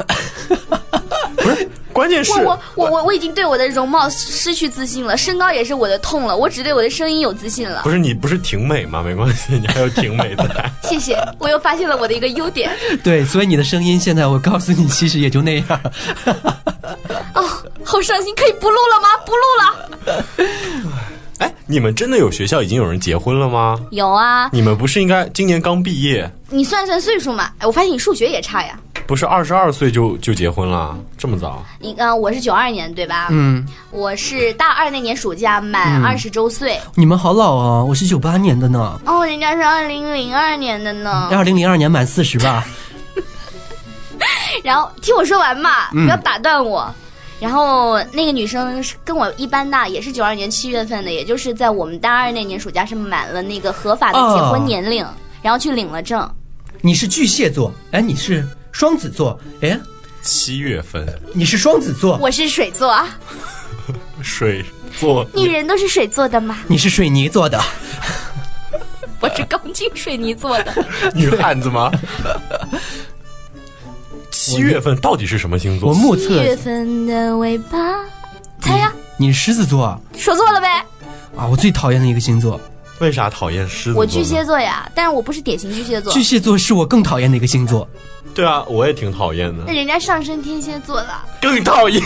[SPEAKER 8] 关键是
[SPEAKER 4] 我我我我我已经对我的容貌失去自信了，身高也是我的痛了，我只对我的声音有自信了
[SPEAKER 8] 不。是你不是挺美吗？没关系，你还有挺美在。
[SPEAKER 4] 谢谢，我又发现了我的一个优点。
[SPEAKER 5] 对，所以你的声音现在，我告诉你，其实也就那样。 [laughs]
[SPEAKER 4] 哦，好伤心，可以不录了吗？不录了。
[SPEAKER 8] 哎，你们真的有学校已经有人结婚了吗？
[SPEAKER 4] 有啊，
[SPEAKER 8] 你们不是应该今年刚毕业，
[SPEAKER 4] 你算算岁数嘛。哎，我发现你数学也差呀。
[SPEAKER 8] 不是二十二岁就就结婚了？这么早？
[SPEAKER 4] 你啊、我是九二年对吧？嗯，我是大二那年暑假满二十周岁。
[SPEAKER 5] 你们好老啊，我是九八年的呢，
[SPEAKER 4] 哦，人家是二零零二年的呢。
[SPEAKER 5] 二零零二年满四十吧。
[SPEAKER 4] 然后听我说完嘛，不要打断我。然后那个女生是跟我一般大，也是九二年七月份的，也就是在我们大二那年暑假是满了那个合法的结婚年龄，然后去领了证。
[SPEAKER 5] 你是巨蟹座，哎，你是双子座，哎，
[SPEAKER 8] 七月份，
[SPEAKER 5] 你是双子座，
[SPEAKER 4] 我是水座，
[SPEAKER 8] 水座
[SPEAKER 4] 女人都是水做的嘛，
[SPEAKER 5] 你是水泥做的，
[SPEAKER 4] 我是钢筋水泥做的。
[SPEAKER 8] 女汉子
[SPEAKER 5] [laughs]
[SPEAKER 8] 吗？七月份到底是什么星座？
[SPEAKER 5] 我目
[SPEAKER 4] 七
[SPEAKER 5] 测
[SPEAKER 4] 月份的尾巴，猜呀，
[SPEAKER 5] 你是狮子座啊，
[SPEAKER 4] 说错了呗。
[SPEAKER 5] 啊我最讨厌的一个星座，
[SPEAKER 8] 为啥讨厌狮子座？
[SPEAKER 4] 我巨蟹。座呀，但是我不是典型巨蟹座
[SPEAKER 5] 巨，蟹座是我更讨厌的一个星座。
[SPEAKER 8] 对啊，我也挺讨厌的
[SPEAKER 4] 那，人家上升天蝎座了，
[SPEAKER 8] 更讨厌。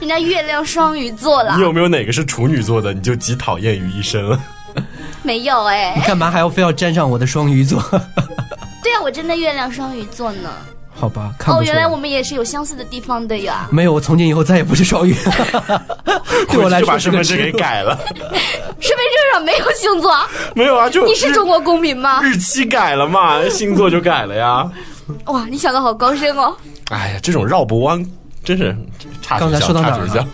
[SPEAKER 4] 人家月亮双鱼座了
[SPEAKER 8] 你，有没有哪个是处女座的，你就集讨厌于一身了？
[SPEAKER 4] 没有哎 [laughs]
[SPEAKER 5] 你。干嘛还要非要沾上我的双鱼座？ [laughs]
[SPEAKER 4] 对啊，我真的月亮双鱼座呢。
[SPEAKER 5] 好吧，看
[SPEAKER 4] 哦，
[SPEAKER 5] 不出
[SPEAKER 4] 原
[SPEAKER 5] 来。
[SPEAKER 4] 来我们也是有相似的地方的呀。
[SPEAKER 5] 没有，我从今以后再也不是双
[SPEAKER 8] [laughs]
[SPEAKER 5] 鱼。 [laughs] 对我来
[SPEAKER 8] 就把
[SPEAKER 5] 说是
[SPEAKER 8] 身
[SPEAKER 5] 个
[SPEAKER 8] 份证给
[SPEAKER 5] 耻辱。
[SPEAKER 8] 改了。
[SPEAKER 4] 身份证上没有星座，
[SPEAKER 8] 没有啊，就
[SPEAKER 4] 你是中国公民吗？
[SPEAKER 8] 日期改了嘛，星座就改了呀。
[SPEAKER 4] 哇，你想的好高深哦。
[SPEAKER 8] 哎呀，这种绕不弯，真是差
[SPEAKER 5] 刚才说到哪儿了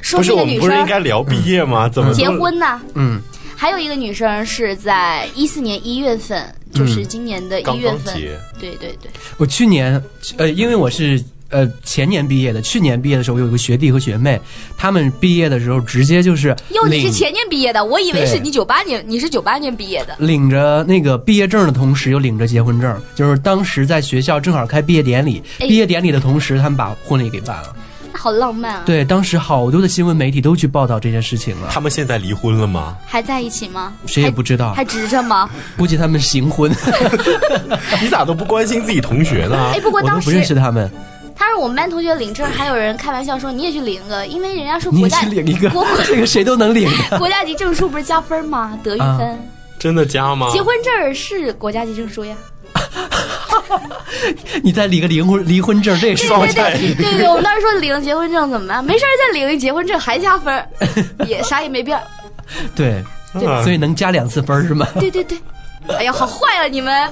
[SPEAKER 4] 说
[SPEAKER 8] 不是
[SPEAKER 4] 这个
[SPEAKER 8] 我们
[SPEAKER 4] 女
[SPEAKER 8] 不是应该
[SPEAKER 4] 生
[SPEAKER 8] 聊毕业吗？怎么
[SPEAKER 4] 结？婚呢？
[SPEAKER 5] 嗯，
[SPEAKER 4] 还有一个女生是在一四年一月份，就是今年的一
[SPEAKER 8] 刚
[SPEAKER 4] 月
[SPEAKER 8] 刚
[SPEAKER 4] 份。
[SPEAKER 8] 结，
[SPEAKER 4] 对对对，
[SPEAKER 5] 我去年，呃，因为我是呃前年毕业的，去年毕业的时候有一个学弟和学妹，他们毕业的时候直接就是
[SPEAKER 4] 哟，你
[SPEAKER 5] 领
[SPEAKER 4] 是前年毕业的，我以为
[SPEAKER 5] 对
[SPEAKER 4] 是你九八年，你是九八年毕业的。
[SPEAKER 5] 领着那个毕业证的同时，又领着结婚证，就是当时在学校正好开毕业典礼，
[SPEAKER 4] 哎嗯
[SPEAKER 5] 毕业典礼的同时，他们把婚礼给办了。
[SPEAKER 4] 那好浪漫啊！
[SPEAKER 5] 对，当时好多的新闻媒体都去报道这件事情了，
[SPEAKER 8] 他们现在离婚了吗？
[SPEAKER 4] 还在一起吗？
[SPEAKER 5] 谁也不知道
[SPEAKER 4] 还，值着吗？
[SPEAKER 5] 估计他们行婚。
[SPEAKER 8] 你咋都不关心自己同学呢
[SPEAKER 4] 哎，？不过
[SPEAKER 5] 啊 [laughs] 我都
[SPEAKER 4] 当
[SPEAKER 5] 不认识
[SPEAKER 4] 时
[SPEAKER 5] 他们，
[SPEAKER 4] 他让我们班同学领证，还有人开玩笑说你也去领个，因为人家说
[SPEAKER 5] 你
[SPEAKER 4] 国
[SPEAKER 5] 也
[SPEAKER 4] 家
[SPEAKER 5] 去领一个
[SPEAKER 4] 国，
[SPEAKER 5] 这个谁都能领的。
[SPEAKER 4] 国家级证书不是加分吗？德育分，
[SPEAKER 8] 真的加
[SPEAKER 5] 啊
[SPEAKER 8] 吗？
[SPEAKER 4] 结婚证儿是国家级证
[SPEAKER 5] [laughs]
[SPEAKER 4] 书呀。
[SPEAKER 5] 你再领个离婚离婚证，这也是
[SPEAKER 8] 双
[SPEAKER 4] 对 [laughs]
[SPEAKER 8] 菜
[SPEAKER 4] 对对对，我们当时说领结婚证怎么办？没事儿再领一结婚证还加分儿， [laughs] 也啥也没变儿。
[SPEAKER 5] 对，
[SPEAKER 8] 啊
[SPEAKER 5] 所以能加两次分儿是吗？
[SPEAKER 4] 对对对，哎呀，好坏啊你们！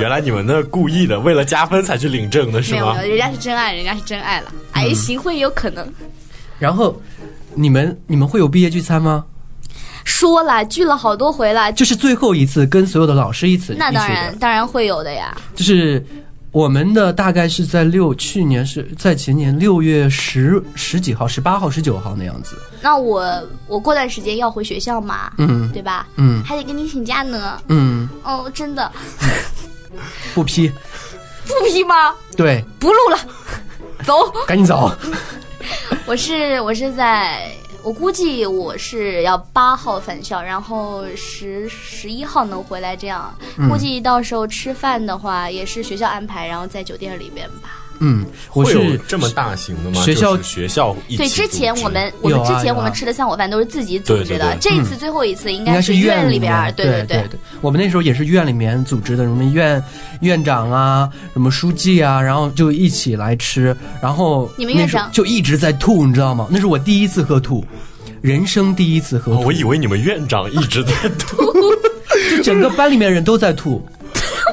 [SPEAKER 8] 原来你们那故意的，为了加分才去领证的是
[SPEAKER 4] 没有
[SPEAKER 8] 吗
[SPEAKER 4] 没？有，人家是真爱，人家是真爱
[SPEAKER 5] 嗯
[SPEAKER 4] 了。哎，行婚也有可能。
[SPEAKER 5] [laughs] 然后你们你们会有毕业聚餐吗？
[SPEAKER 4] 说了聚了好多回了，
[SPEAKER 5] 就是最后一次跟所有的老师一起，
[SPEAKER 4] 那当然
[SPEAKER 5] 一起
[SPEAKER 4] 当然会有的呀。
[SPEAKER 5] 的，就是我们的大概是在六去年是在前年六月十十几号、十八号、十九号那样子。
[SPEAKER 4] 那我我过段时间要回学校嘛，
[SPEAKER 5] 嗯
[SPEAKER 4] 对吧？
[SPEAKER 5] 嗯
[SPEAKER 4] 还得跟你请假呢。
[SPEAKER 5] 嗯，
[SPEAKER 4] 哦，真的
[SPEAKER 5] 不批，
[SPEAKER 4] 不批吗？
[SPEAKER 5] 对，
[SPEAKER 4] 不 [laughs] 录了，走。
[SPEAKER 5] 赶紧走。
[SPEAKER 4] 我是我是在，我估计我是要八号返校，然后十十一号能
[SPEAKER 5] 嗯
[SPEAKER 4] 回来，这样估计到时候吃饭的话也是学校安排，然后在酒店里边吧。
[SPEAKER 5] 嗯，我
[SPEAKER 8] 会有
[SPEAKER 5] 是
[SPEAKER 8] 这么大型的吗？
[SPEAKER 5] 学校
[SPEAKER 8] 就是学校一起
[SPEAKER 4] 对，之前
[SPEAKER 8] 组织
[SPEAKER 4] 我们我们
[SPEAKER 5] 有啊
[SPEAKER 4] 之前我
[SPEAKER 5] 有啊
[SPEAKER 4] 们吃的散伙饭都是自己组织的
[SPEAKER 8] 对对对，
[SPEAKER 4] 这一次最后一次应
[SPEAKER 5] 嗯应该
[SPEAKER 4] 该
[SPEAKER 5] 是
[SPEAKER 4] 院
[SPEAKER 5] 院
[SPEAKER 4] 里边儿，
[SPEAKER 5] 面对
[SPEAKER 4] 对
[SPEAKER 5] 对。我们那时候也是院里面组织的，什么院院长啊，什么书记啊，然后就一起来吃，然后
[SPEAKER 4] 你们院
[SPEAKER 5] 那时候
[SPEAKER 4] 长
[SPEAKER 5] 就一直在吐，你知道吗？那是我第一次喝吐。人生第一次喝
[SPEAKER 8] 哦
[SPEAKER 5] 吐，
[SPEAKER 8] 我以为你们院长一直在 [laughs] 吐，
[SPEAKER 5] 就整个班里面人都在吐，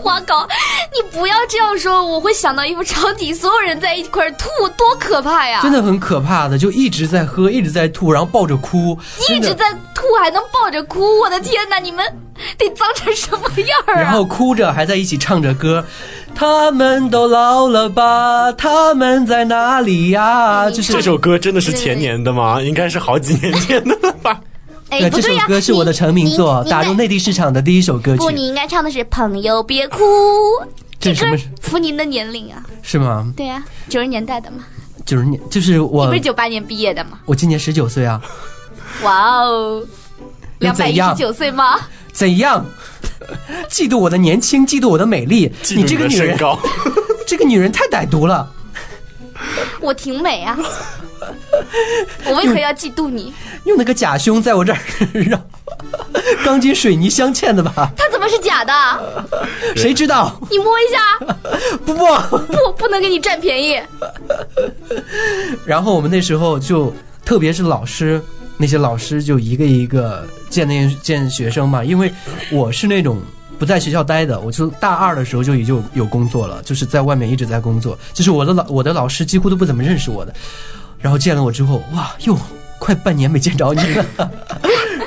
[SPEAKER 4] 我靠，你不要这样说，我会想到一副场景，所有人在一块儿吐，多可怕呀！
[SPEAKER 5] 真的很可怕的，就一直在喝，一直在吐，然后抱着哭，
[SPEAKER 4] 一
[SPEAKER 5] 真的
[SPEAKER 4] 直在吐，还能抱着哭，我的天哪，你们 [laughs] 得脏成什么样儿啊！
[SPEAKER 5] 然后哭着还在一起唱着歌，他们都老了吧，他们在哪里呀？
[SPEAKER 4] 你
[SPEAKER 5] 就是
[SPEAKER 8] 这首歌真的是前年的吗？应该是好几年前的了 [laughs] 吧？
[SPEAKER 4] 哎，
[SPEAKER 5] 对，
[SPEAKER 4] 不
[SPEAKER 5] 呃这首
[SPEAKER 4] 对呀、
[SPEAKER 5] 歌是我的成名作，
[SPEAKER 4] 你
[SPEAKER 5] 打入内地市场的第一首歌
[SPEAKER 4] 不，
[SPEAKER 5] 曲，
[SPEAKER 4] 你应该唱的是《朋友别哭》，这
[SPEAKER 5] 这是什么
[SPEAKER 4] 歌符您的年龄啊，
[SPEAKER 5] 是吗？
[SPEAKER 4] 对呀、九十年代的嘛，
[SPEAKER 5] 就是你，就是
[SPEAKER 4] 你
[SPEAKER 5] 我
[SPEAKER 4] 不是，九八年毕业的吗？
[SPEAKER 5] 我今年十九岁啊，
[SPEAKER 4] 哇哦，
[SPEAKER 5] 又
[SPEAKER 4] 两百
[SPEAKER 5] 怎
[SPEAKER 4] 一十
[SPEAKER 5] 样
[SPEAKER 4] 九岁吗？
[SPEAKER 5] 怎样？嫉妒我的年轻，嫉妒我的美丽，
[SPEAKER 8] 记住
[SPEAKER 5] 你这个
[SPEAKER 8] 的
[SPEAKER 5] 女
[SPEAKER 8] 身
[SPEAKER 5] 人，
[SPEAKER 8] 高，
[SPEAKER 5] 这个女人太歹毒了。
[SPEAKER 4] 我挺美啊，我为何要嫉妒你？
[SPEAKER 5] 用那个假胸在我这儿 [laughs] 绕，钢筋水泥镶嵌的吧？
[SPEAKER 4] 它怎么是假的？
[SPEAKER 5] 谁知道？
[SPEAKER 4] 你摸一下，
[SPEAKER 5] 不不。
[SPEAKER 4] 不，不能给你占便宜。
[SPEAKER 5] 然后我们那时候就，特别是老师，那些老师就一个一个见那见学生嘛，因为我是那种。不在学校待的，我就大二的时候就已经有有工作了，就是在外面一直在工作。就是我的老我的老师几乎都不怎么认识我的，然后见了我之后，哇，又快半年没见着你了，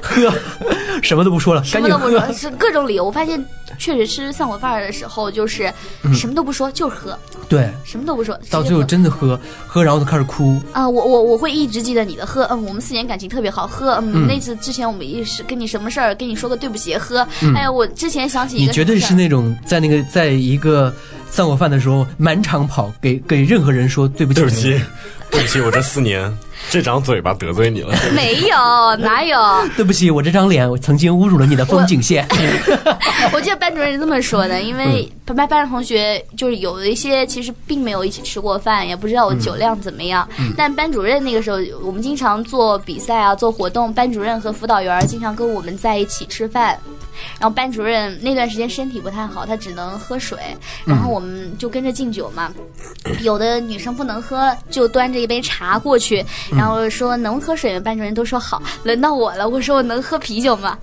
[SPEAKER 5] 喝， [laughs] 什么都不说了，
[SPEAKER 4] 什
[SPEAKER 5] 赶
[SPEAKER 4] 么
[SPEAKER 5] 紧
[SPEAKER 4] 都不
[SPEAKER 5] 喝。
[SPEAKER 4] 说，是各种理由。我发现，确实吃散伙饭儿的时候，就是
[SPEAKER 5] 嗯
[SPEAKER 4] 什么都不说，就是喝，
[SPEAKER 5] 对，
[SPEAKER 4] 什么都不说。直接
[SPEAKER 5] 到最后
[SPEAKER 4] 喝
[SPEAKER 5] 真的喝喝，然后就开始哭，
[SPEAKER 4] 啊、我我我会一直记得你的喝，嗯，我们四年感情特别好，喝，嗯，那次之前我们一是跟你什么事儿，跟你说个对不起，喝，哎呀，我之前想起一
[SPEAKER 5] 嗯你
[SPEAKER 4] 个
[SPEAKER 5] 绝对是
[SPEAKER 4] 事儿
[SPEAKER 5] 那种在那个在一个散伙饭的时候满场跑，给给任何人说对不起，
[SPEAKER 8] [laughs] 对不起，对不起，我这四年这张嘴巴得罪你了。
[SPEAKER 4] 没有哪有，
[SPEAKER 5] 对不起，我这张脸我曾经侮辱了你的风景线。
[SPEAKER 4] [laughs] 我记得班主任是这么说的，因为班班班上同学就是有的一些其实并没有一起吃过饭，也不知道我酒量怎么样。但班主任那个时候，我们经常做比赛啊，做活动，班主任和辅导员儿经常跟我们在一起吃饭。然后班主任那段时间身体不太好，他只能喝水，然后我们就跟着敬酒嘛。有的女生不能喝，就端着一杯茶过去，然后说能喝水吗？班主任都说好。轮到我了，我说我能喝啤酒吗？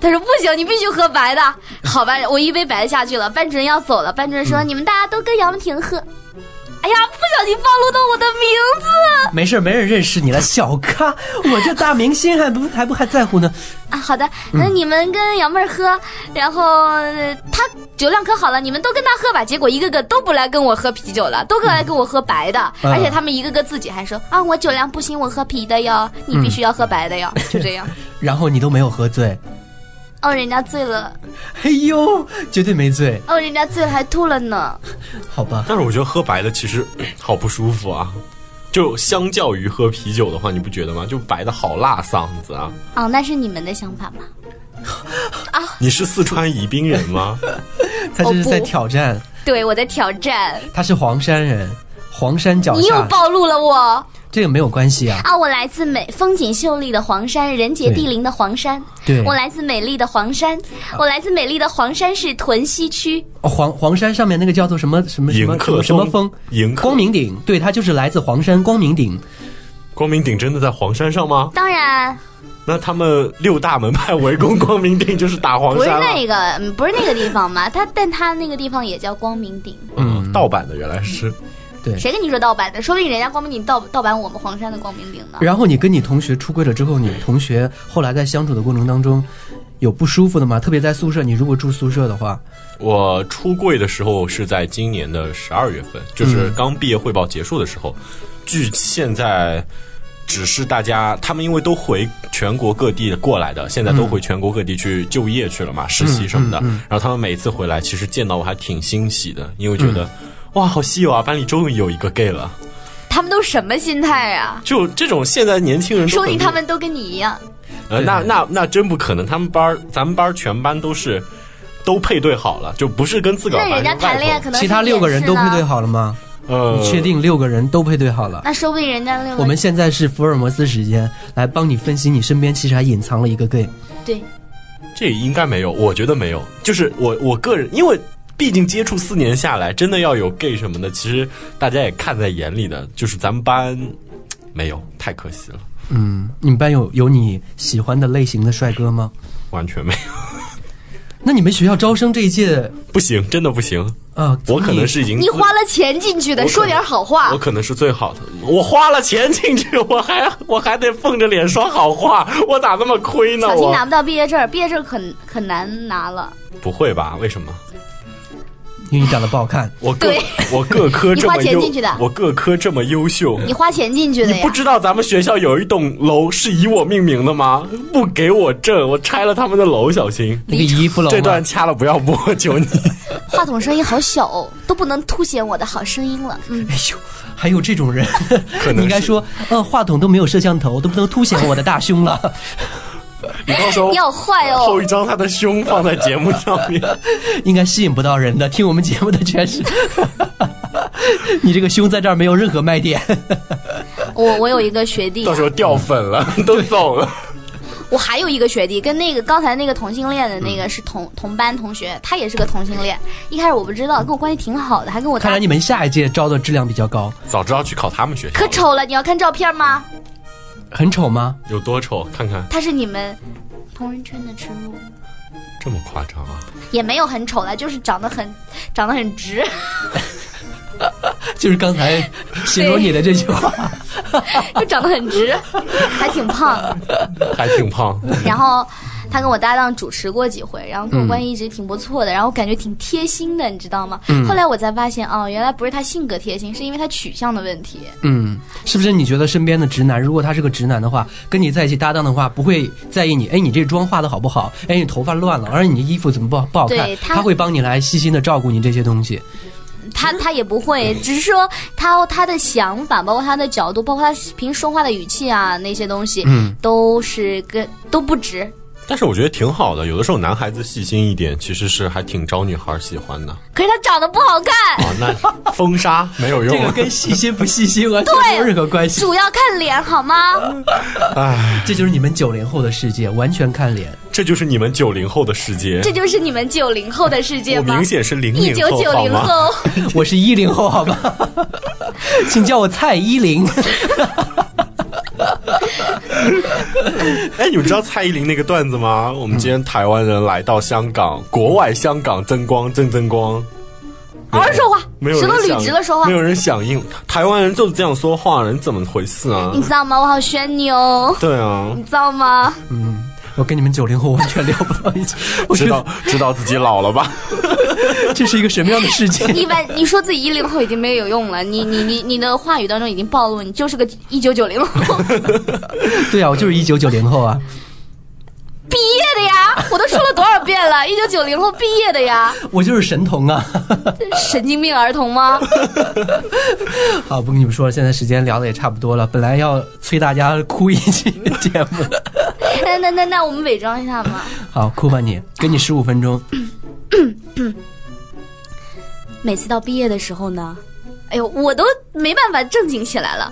[SPEAKER 4] 他说不行，你必须喝白的。 [laughs] 好吧，我一杯白的下去了。班主任要走了，班主任说、你们大家都跟杨婷喝。哎呀，不小心暴露到我的名字
[SPEAKER 5] [laughs] 没事儿，没人认识你了，小咖，我这大明星还不还不还在乎呢？
[SPEAKER 4] 啊！好的，那你们跟杨妹儿喝，然后呃她酒量可好了，你们都跟她喝吧。结果一个个都不来跟我喝啤酒了，都过来跟我喝白的，
[SPEAKER 5] 嗯
[SPEAKER 4] 而且他们一个个自己还说啊，我酒量不行，我喝啤的哟，你必须要喝白的哟，就这样。
[SPEAKER 5] 然后你都没有喝醉，
[SPEAKER 4] 哦，人家醉了，
[SPEAKER 5] 哎呦，绝对没醉，
[SPEAKER 4] 哦，人家醉了还吐了呢。
[SPEAKER 5] 好吧？
[SPEAKER 8] [laughs] 但是我觉得喝白的其实好不舒服啊，就相较于喝啤酒的话，你不觉得吗？就白的好辣嗓子啊！
[SPEAKER 4] 啊、那是你们的想法吗？
[SPEAKER 8] 你是四川宜宾人吗？
[SPEAKER 5] 他这是在
[SPEAKER 4] 哦不
[SPEAKER 5] 挑战，
[SPEAKER 4] 对，我在挑战，
[SPEAKER 5] 他是黄山人，黄山脚
[SPEAKER 4] 你又
[SPEAKER 5] 下，
[SPEAKER 4] 暴露了我。
[SPEAKER 5] 这个没有关系啊。
[SPEAKER 4] 啊，我来自美风景秀丽的黄山，人杰地灵的黄山。
[SPEAKER 5] 对啊
[SPEAKER 4] 我来自美丽的黄山，我来自美丽的黄山市屯溪区。
[SPEAKER 5] 哦黄黄山上面那个叫做什么什么什
[SPEAKER 8] 迎
[SPEAKER 5] 么什
[SPEAKER 8] 客
[SPEAKER 5] 么什么峰？
[SPEAKER 8] 迎客
[SPEAKER 5] 光明顶，对，它就是来自黄山光明顶。
[SPEAKER 8] 光明顶真的在黄山上吗？
[SPEAKER 4] 当然
[SPEAKER 8] 那他们六大门派围攻 [laughs] 光明顶就是打黄
[SPEAKER 4] 不是
[SPEAKER 8] 山了。
[SPEAKER 4] 那个，嗯不是那个地方嘛，它但它那个地方也叫光明顶。
[SPEAKER 8] 嗯，盗版的原来是
[SPEAKER 4] 谁跟你说盗版的？说不定人家光明顶盗盗版我们黄山的光明顶呢。
[SPEAKER 5] 然后你跟你同学出柜了之后，你同学后来在相处的过程当中，有不舒服的吗？特别在宿舍，你如果住宿舍的话，
[SPEAKER 8] 我出柜的时候是在今年的十二月份，就是刚毕业汇报结束的时候。据现在只是大家他们因为都回全国各地过来的，现在都回全国各地去就业去了
[SPEAKER 4] 嗯
[SPEAKER 8] 嘛，实习什么的。然后他们每次回来，其实见到我还挺欣喜的，因为觉得、哇，好稀有啊，班里终于有一个 gay 了。
[SPEAKER 4] 他们都什么心态啊？
[SPEAKER 8] 就这种现在年轻人都
[SPEAKER 4] 说
[SPEAKER 8] 很
[SPEAKER 4] 不定
[SPEAKER 8] 厉
[SPEAKER 4] 他们都跟你一样，
[SPEAKER 8] 呃，那那那真不可能，他们班儿咱们班儿全班都是都配对好了，就不是跟自个儿
[SPEAKER 4] 那人
[SPEAKER 8] 班
[SPEAKER 4] 家
[SPEAKER 8] 是外
[SPEAKER 4] 谈恋爱
[SPEAKER 8] 头
[SPEAKER 4] 可能
[SPEAKER 5] 其他
[SPEAKER 4] 是
[SPEAKER 5] 六个人
[SPEAKER 4] 掩饰
[SPEAKER 5] 都
[SPEAKER 4] 呢
[SPEAKER 5] 配对好了吗？
[SPEAKER 8] 呃
[SPEAKER 5] 你确定六个人都配对好了？
[SPEAKER 4] 那说不定人家那个
[SPEAKER 5] 我们现在是福尔摩斯时间，来帮你分析你身边其实还隐藏了一个 gay。
[SPEAKER 4] 对
[SPEAKER 8] 这应该没有，我觉得没有。就是我我个人，因为毕竟接触四年下来，真的要有 gay 什么的，其实大家也看在眼里的。就是咱们班嘖没有，太可惜了，
[SPEAKER 5] 嗯，你们班有有你喜欢的类型的帅哥吗？
[SPEAKER 8] 完全没有， [laughs]
[SPEAKER 5] 那你们学校招生这一届，
[SPEAKER 8] 不行，真的不行。
[SPEAKER 5] 呃，
[SPEAKER 8] 我可能是已经
[SPEAKER 4] 你花了钱进去的，
[SPEAKER 8] 我可
[SPEAKER 4] 说点好话
[SPEAKER 8] 我。可能是最好的，我花了钱进去，我还我还得绷着脸说好话，我咋那么亏呢？
[SPEAKER 4] 小青
[SPEAKER 8] 我
[SPEAKER 4] 拿不到毕业证，毕业证可可难拿了。
[SPEAKER 8] 不会吧？为什么？
[SPEAKER 5] 因为你长得不好看。
[SPEAKER 8] 我各
[SPEAKER 4] 对
[SPEAKER 8] 我各科这么
[SPEAKER 4] 你花钱
[SPEAKER 8] 优
[SPEAKER 4] 进去的，
[SPEAKER 8] 我各科这么优秀，
[SPEAKER 4] 你花钱进去的
[SPEAKER 8] 你不
[SPEAKER 4] 呀？
[SPEAKER 8] 知道咱们学校有一栋楼是以我命名的吗？不给我证，我拆了他们的楼，小心。
[SPEAKER 5] 那个一不老
[SPEAKER 8] 这段掐了不要播，求你。
[SPEAKER 4] 话筒声音好小哦，都不能凸显我的好声音了。嗯，
[SPEAKER 5] 哎呦，还有这种人，[laughs]
[SPEAKER 8] 可能是
[SPEAKER 5] 你应该说，呃，话筒都没有摄像头，都不能凸显我的大胸了。
[SPEAKER 8] [laughs] 你到时候
[SPEAKER 4] 你好坏
[SPEAKER 8] 后
[SPEAKER 4] 哦
[SPEAKER 8] 一。张他的胸放在节目上面，
[SPEAKER 5] 应该吸引不到人的。听我们节目的全是， [laughs] 你这个胸在这儿没有任何卖点。
[SPEAKER 4] 我我有一个学弟啊、
[SPEAKER 8] [laughs] 到时候掉粉了， [laughs] 都走了。
[SPEAKER 4] 我还有一个学弟，跟那个刚才那个同性恋的那个是同同班同学，他也是个同性恋。一开始我不知道，跟我关系挺好的，还跟我
[SPEAKER 5] 看
[SPEAKER 4] 搭
[SPEAKER 5] 来你们下一届招的质量比较高。
[SPEAKER 8] 早知道去考他们学校，
[SPEAKER 4] 可丑了。你要看照片吗？
[SPEAKER 5] 很丑吗？
[SPEAKER 8] 有多丑？看看
[SPEAKER 4] 他是你们同人圈的耻辱，
[SPEAKER 8] 这么夸张 [laughs] 啊！
[SPEAKER 4] 也没有很丑了，就是长得很长得很直。 [laughs]
[SPEAKER 5] 就是刚才形容你的这句话。
[SPEAKER 4] 就长得很直， [laughs] 还挺胖。
[SPEAKER 8] 还挺胖，
[SPEAKER 4] 然后他跟我搭档主持过几回，然后跟我
[SPEAKER 8] 嗯
[SPEAKER 4] 关系一直挺不错的，然后感觉挺贴心的，你知道吗？
[SPEAKER 8] 嗯
[SPEAKER 4] 后来我才发现，哦，原来不是他性格贴心，是因为他取向的问题。
[SPEAKER 5] 嗯，是不是你觉得身边的直男，如果他是个直男的话，跟你在一起搭档的话，不会在意你，哎，你这妆化的好不好？哎，你头发乱了，而你的衣服怎么不好不好看
[SPEAKER 4] 对？他
[SPEAKER 5] 他会帮你来细心的照顾你这些东西。
[SPEAKER 8] 嗯
[SPEAKER 4] 他他也不会，只是说他他的想法，包括他的角度，包括他平时说话的语气啊那些东西，
[SPEAKER 5] 嗯
[SPEAKER 4] 都是跟都不直。
[SPEAKER 8] [laughs] 但是我觉得挺好的。有的时候男孩子细心一点，其实是还挺招女孩喜欢的。
[SPEAKER 4] 可是他长得不好看，
[SPEAKER 8] 啊，那封杀没有用
[SPEAKER 5] 这个跟细心不细心完全没有任何关系。
[SPEAKER 4] 主要看脸好吗？
[SPEAKER 5] 这就是你们九零后的世界，完全看脸。
[SPEAKER 8] 这就是你们九零后的世界。
[SPEAKER 4] 这就是你们九零后的世界
[SPEAKER 8] 我
[SPEAKER 4] 吗
[SPEAKER 8] 明？显是零
[SPEAKER 4] 一
[SPEAKER 8] 零
[SPEAKER 4] 九
[SPEAKER 8] 后，
[SPEAKER 4] 九
[SPEAKER 8] 好
[SPEAKER 4] 零
[SPEAKER 8] 吗？
[SPEAKER 4] 后。
[SPEAKER 5] [laughs] 我是一零后，好吧， [laughs] 请叫我蔡依林。
[SPEAKER 8] 哎，你们知道蔡依林那个段子吗？我们今天台湾人来到香港，国外香港增光增增光，
[SPEAKER 4] 好好说话，
[SPEAKER 8] 没有
[SPEAKER 4] 石头
[SPEAKER 8] 人
[SPEAKER 4] 捋
[SPEAKER 8] 响
[SPEAKER 4] 直了说话
[SPEAKER 8] 没。有人响应。台湾人就是这样说话，人怎么回事啊
[SPEAKER 4] 你？知道吗？我好选你哦，
[SPEAKER 8] 对啊，
[SPEAKER 4] 你知道吗？
[SPEAKER 5] [laughs] 我跟你们九零后完全聊不到一起， [laughs] 我觉
[SPEAKER 4] [laughs]
[SPEAKER 8] 知道
[SPEAKER 5] 得
[SPEAKER 8] 知道自己老了吧？
[SPEAKER 5] 这是一个什么样的世界？
[SPEAKER 4] 一般你说自己一零后已经没有用了，你你你你的话语当中已经暴露你就是个一九九零后
[SPEAKER 5] 对啊，我就是一九九零后啊，
[SPEAKER 4] 毕业的呀，我都说了多少遍了，一九九零后毕业的呀，
[SPEAKER 5] 我就是神童啊！ [laughs]
[SPEAKER 4] 神经病儿童吗？
[SPEAKER 5] 好，不跟你们说了，现在时间聊的也差不多了，本来要催大家哭一期节 [laughs] 目的，
[SPEAKER 4] 那那那那我们伪装一下嘛，
[SPEAKER 5] 好，哭吧你，给你十五分钟。
[SPEAKER 4] 每次到毕业的时候呢，哎呦，我都没办法正经起来了。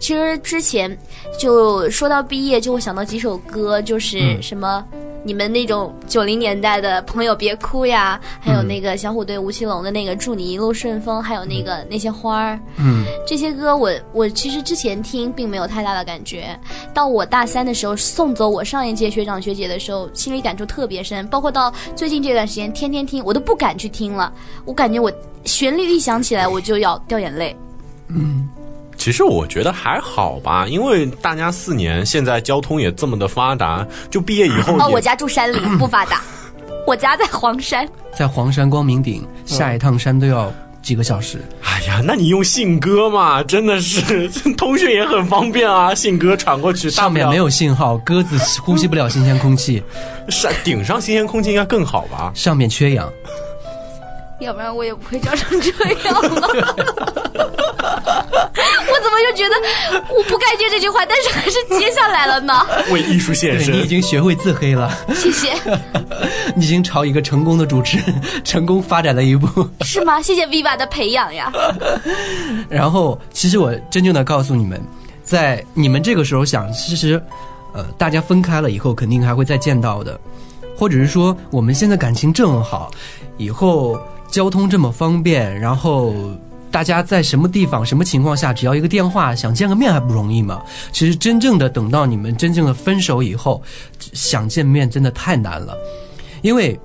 [SPEAKER 4] 其实之前就说到毕业，就会想到几首歌，就是什么、你们那种九零年代的朋友别哭呀，还有那个小虎队吴奇隆的那个祝你一路顺风，还有那个那些花儿，
[SPEAKER 5] 嗯，
[SPEAKER 4] 这些歌我我其实之前听并没有太大的感觉，到我大三的时候送走我上一届学长学姐的时候，心里感触特别深。包括到最近这段时间，天天听我都不敢去听了，我感觉我旋律一响起来我就要掉眼泪。
[SPEAKER 8] 其实我觉得还好吧，因为大家四年，现在交通也这么的发达，就毕业以后也、
[SPEAKER 4] 哦，我家住山里，不发达，我家在黄山。
[SPEAKER 5] 在黄山光明顶，下一趟山都要几个小时。
[SPEAKER 8] 哎呀，那你用信鸽嘛，真的是 [laughs] 通讯也很方便啊，信鸽传过去，
[SPEAKER 5] 上面没有信号，鸽子呼吸不了新鲜空气，
[SPEAKER 8] 山啊顶上新鲜空气应该更好吧？
[SPEAKER 5] 上面缺氧。 [laughs]
[SPEAKER 4] 要不然我也不会长成这样了。我我怎么就觉得我不该接这句话，但是还是接下来了呢？
[SPEAKER 8] 为艺术献
[SPEAKER 5] 对你已
[SPEAKER 8] 身。
[SPEAKER 5] 经学会自黑了，
[SPEAKER 4] 谢谢，
[SPEAKER 5] [laughs] 你已经朝一个成功的主持人成功发展了一步。
[SPEAKER 4] 是吗？谢谢 Viva 的培养呀。
[SPEAKER 5] 然后，其实我真正的告诉你们，在你们这个时候想，其实，呃，大家分开了以后，肯定还会再见到的，或者是说，我们现在感情正好，以后交通这么方便，然后。大家在什么地方、什么情况下，只要一个电话，想见个面还不容易吗？其实真正的等到你们真正的分手以后，想见面真的太难了，因为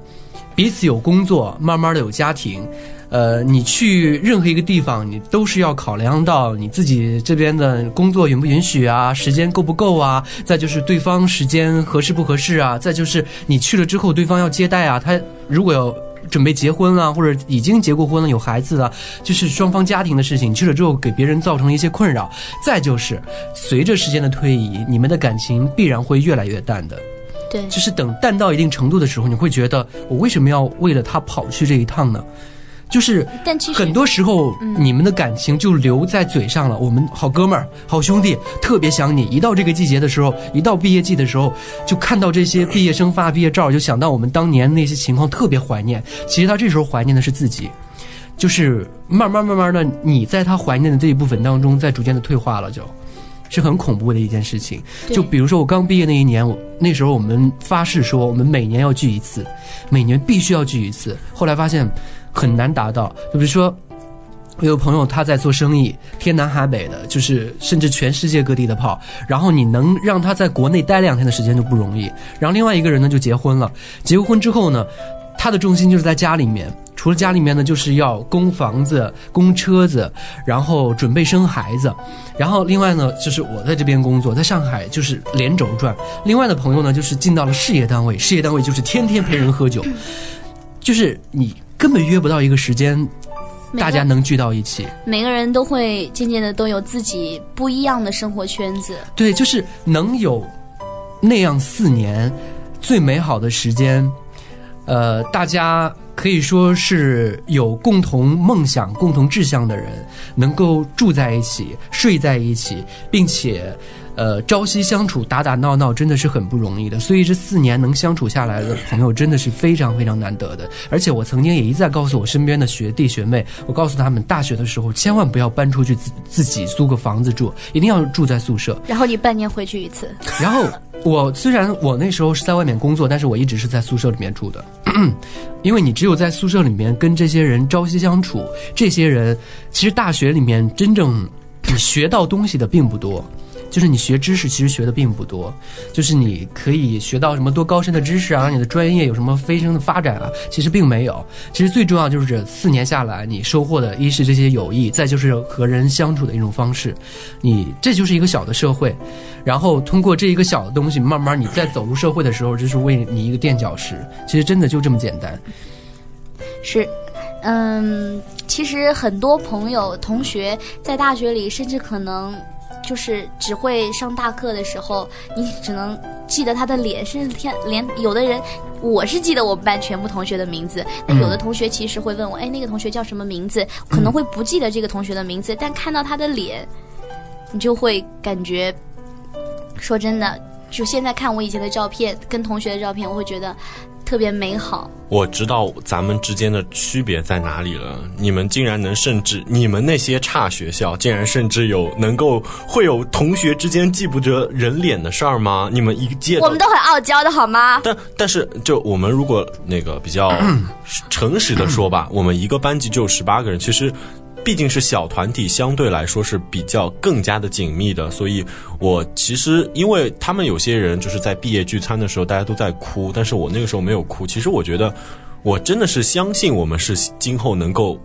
[SPEAKER 5] 彼此有工作，慢慢的有家庭，呃，你去任何一个地方，你都是要考量到你自己这边的工作允不允许啊，时间够不够啊，再就是对方时间合适不合适啊，再就是你去了之后对方要接待啊，他如果要。准备结婚了，或者已经结过婚了，有孩子了，就是双方家庭的事情。你去了之后，给别人造成了一些困扰。再就是，随着时间的推移，你们的感情必然会越来越淡的。
[SPEAKER 4] 对
[SPEAKER 5] 就是等淡到一定程度的时候，你会觉得我为什么要为了他跑去这一趟呢？就是
[SPEAKER 4] 但其实嗯
[SPEAKER 5] 很多时候，你们的感情就留在嘴上了。我们好哥们儿、好兄弟，特别想你。一到这个季节的时候，一到毕业季的时候，就看到这些毕业生发毕业照，就想到我们当年那些情况，特别怀念。其实他这时候怀念的是自己，就是慢慢慢慢的，你在他怀念的这一部分当中，在逐渐的退化了就。是很恐怖的一件事情。
[SPEAKER 4] 对
[SPEAKER 5] 就比如说我刚毕业那一年，我那时候我们发誓说我们每年要聚一次，每年必须要聚一次。后来发现很难达到，就比如说。我有朋友他在做生意，天南海北的，就是甚至全世界各地的跑。然后你能让他在国内待两天的时间就不容易。然后另外一个人呢就结婚了，结过婚之后呢，他的重心就是在家里面，除了家里面呢，就是要供房子、供车子，然后准备生孩子，然后另外呢，就是我在这边工作，在上海就是连轴转。另外的朋友呢，就是进到了事业单位，事业单位就是天天陪人喝酒，就是你根本约不到一个时间，
[SPEAKER 4] 没
[SPEAKER 5] 大
[SPEAKER 4] 办
[SPEAKER 5] 家能聚到一起。
[SPEAKER 4] 每个人都会渐渐的都有自己不一样的生活圈子，
[SPEAKER 5] 对，就是能有那样四年最美好的时间，呃，大家可以说是有共同梦想、共同志向的人，能够住在一起、睡在一起，并且。呃，朝夕相处，打打闹闹，真的是很不容易的。所以这四年能相处下来的朋友，真的是非常非常难得的。而且我曾经也一再告诉我身边的学弟学妹，我告诉他们，大学的时候千万不要搬出去自自己租个房子住，一定要住在宿舍。
[SPEAKER 4] 然后你半年回去一次，
[SPEAKER 5] 然后我虽然我那时候是在外面工作，但是我一直是在宿舍里面住的， [clears throat] 因为你只有在宿舍里面跟这些人朝夕相处，这些人其实大学里面真正你学到东西的并不多。就是你学知识其实学的并不多，就是你可以学到什么多高深的知识啊，你的专业有什么飞升的发展啊，其实并没有。其实最重要就是这四年下来，你收获的一是这些友谊，再就是和人相处的一种方式，你这就是一个小的社会，然后通过这一个小的东西，慢慢你在走入社会的时候，就是为你一个垫脚石。其实真的就这么简单。
[SPEAKER 4] 是，嗯，其实很多朋友、同学在大学里，甚至可能就是只会上大课的时候，你只能记得他的脸，甚至天连有的人，我是记得我们班全部同学的名字，那有的同学其实会问我，哎，那个同学叫什么名字？可能会不记得这个同学的名字，但看到他的脸，你就会感觉，说真的，就现在看我以前的照片，跟同学的照片，我会觉得特别美好。
[SPEAKER 8] 我知道咱们之间的区别在哪里了。你们竟然能甚至你们那些差学校，竟然甚至有能够会有同学之间记不得人脸的事儿吗？你们一届
[SPEAKER 4] 我们都很傲娇的好吗？
[SPEAKER 8] 但但是，就我们如果那个比较诚实的说吧，我们一个班级只有十八个人，其实毕竟是小团体，相对来说是比较更加的紧密的。所以我其实因为他们有些人就是在毕业聚餐的时候大家都在哭，但是我那个时候没有哭。其实我觉得，我真的是相信我们是今后能够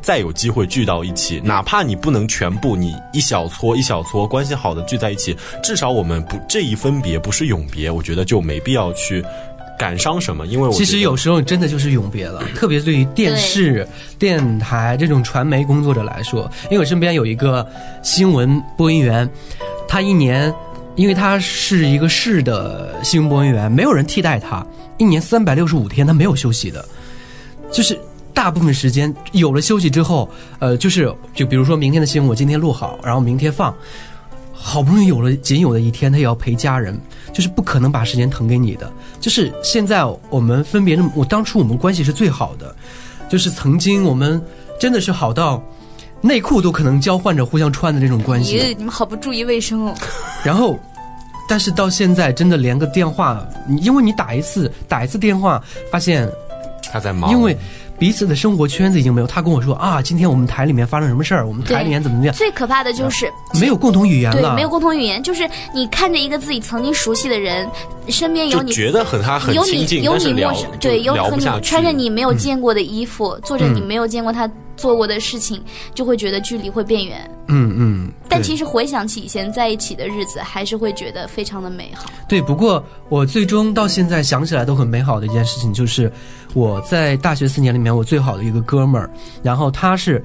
[SPEAKER 8] 再有机会聚到一起，哪怕你不能全部，你一小撮一小撮关系好的聚在一起，至少我们不这一分别不是永别，我觉得就没必要去感伤什么，因为我
[SPEAKER 5] 其
[SPEAKER 8] 觉
[SPEAKER 5] 实
[SPEAKER 8] 得
[SPEAKER 5] 有时候真的就是永别了，特别对于电视、电台这种传媒工作者来说，因为我身边有一个新闻播音员，他一年，因为他是一个市的新闻播音员，没有人替代他，一年三百六十五天他没有休息的，就是大部分时间有了休息之后，呃，就是就比如说明天的新闻，我今天录好，然后明天放，好不容易有了仅有的一天，他也要陪家人，就是不可能把时间腾给你的。就是现在我们分别那么，我当初我们关系是最好的，就是曾经我们真的是好到内裤都可能交换着互相穿的这种关系。
[SPEAKER 9] 咦，你们好不注意卫生哦。
[SPEAKER 5] 然后，但是到现在真的连个电话，你因为你打一次打一次电话，发现
[SPEAKER 8] 他在忙，
[SPEAKER 5] 因为彼此的生活圈子已经没有。他跟我说啊，今天我们台里面发生什么事儿，我们台里面怎么怎么
[SPEAKER 8] [laughs]
[SPEAKER 5] 样，
[SPEAKER 4] 最可怕的
[SPEAKER 8] 嗯
[SPEAKER 4] 就是
[SPEAKER 5] 没有共同语言
[SPEAKER 4] 对
[SPEAKER 5] 了，
[SPEAKER 4] 没有共同语言，就是你看着一个自己曾经熟悉的人，身边有
[SPEAKER 8] 就
[SPEAKER 4] 你
[SPEAKER 8] 觉得和他很
[SPEAKER 4] 有
[SPEAKER 8] 亲近，
[SPEAKER 4] 你有
[SPEAKER 8] 但是
[SPEAKER 4] 你
[SPEAKER 8] 聊
[SPEAKER 4] 陌生，对，有
[SPEAKER 8] 聊
[SPEAKER 4] 和
[SPEAKER 8] 不
[SPEAKER 4] 你
[SPEAKER 8] 下去，嗯
[SPEAKER 4] 穿着你没有见过的衣服，做着你没有见过他做过的事情，就会觉得距离会变远。
[SPEAKER 5] 嗯嗯。
[SPEAKER 4] 但
[SPEAKER 5] 对
[SPEAKER 4] 其实回想起以前在一起的日子，还是会觉得非常的美好。
[SPEAKER 5] 对，不过我最终到现在想起来都很美好的一件事情，就是我在大学四年里面我最好的一个哥们儿，然后他是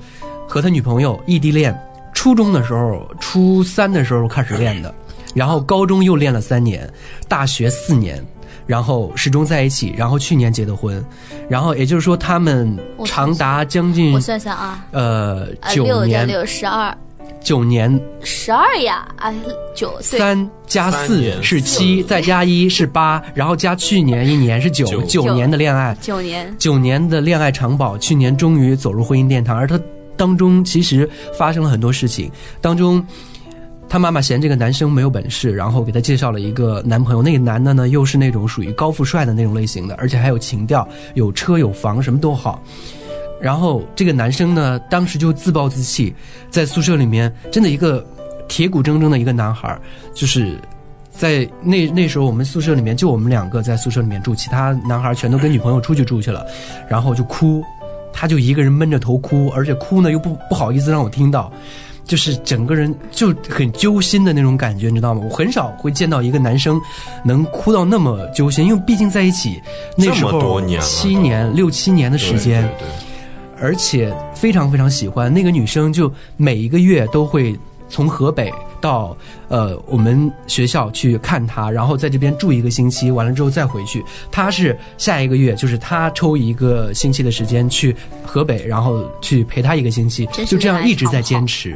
[SPEAKER 5] 和他女朋友异地恋，初中的时候，初三的时候开始恋的，然后高中又恋了三年，大学四年。然后始终在一起，然后去年结的婚，然后也就是说他们
[SPEAKER 4] 我算
[SPEAKER 5] 长达将近
[SPEAKER 8] 嗯
[SPEAKER 4] 我算算啊，
[SPEAKER 5] 呃
[SPEAKER 4] 呃，
[SPEAKER 5] 九
[SPEAKER 4] 六加
[SPEAKER 5] 年
[SPEAKER 4] 六十二，
[SPEAKER 5] 九年
[SPEAKER 4] 十二呀，啊，九对。
[SPEAKER 5] 三加
[SPEAKER 8] 三
[SPEAKER 5] 四
[SPEAKER 8] 年
[SPEAKER 5] 是七，再加一是八，然后加去年一年是九
[SPEAKER 8] 九，
[SPEAKER 5] 九年的恋爱，
[SPEAKER 4] 九年，
[SPEAKER 5] 九年的恋爱长跑，去年终于走入婚姻殿堂，而他当中其实发生了很多事情，当中。他妈妈嫌这个男生没有本事，然后给他介绍了一个男朋友。那个男的呢，又是那种属于高富帅的那种类型的，而且还有情调，有车有房，什么都好。然后这个男生呢，当时就自暴自弃，在宿舍里面真的一个铁骨铮铮的一个男孩儿，就是在那那时候我们宿舍里面就我们两个在宿舍里面住，其他男孩儿全都跟女朋友出去住去了，然后就哭，他就一个人闷着头哭，而且哭呢又不不好意思让我听到。就是整个人就很揪心的那种感觉，你知道吗？我很少会见到一个男生能哭到那么揪心，因为毕竟在一起那时
[SPEAKER 8] 这么多
[SPEAKER 5] 候
[SPEAKER 8] 年了
[SPEAKER 5] 七年六七年的时间，
[SPEAKER 8] 对对对
[SPEAKER 5] 而且非常非常喜欢那个女生，就每一个月都会从河北到呃我们学校去看她，然后在这边住一个星期，完了之后再回去。她是下一个月，就是她抽一个星期的时间去河北，然后去陪她一个星期，
[SPEAKER 4] 真是
[SPEAKER 5] 就这样一直在
[SPEAKER 4] 恋爱长跑
[SPEAKER 5] 坚持，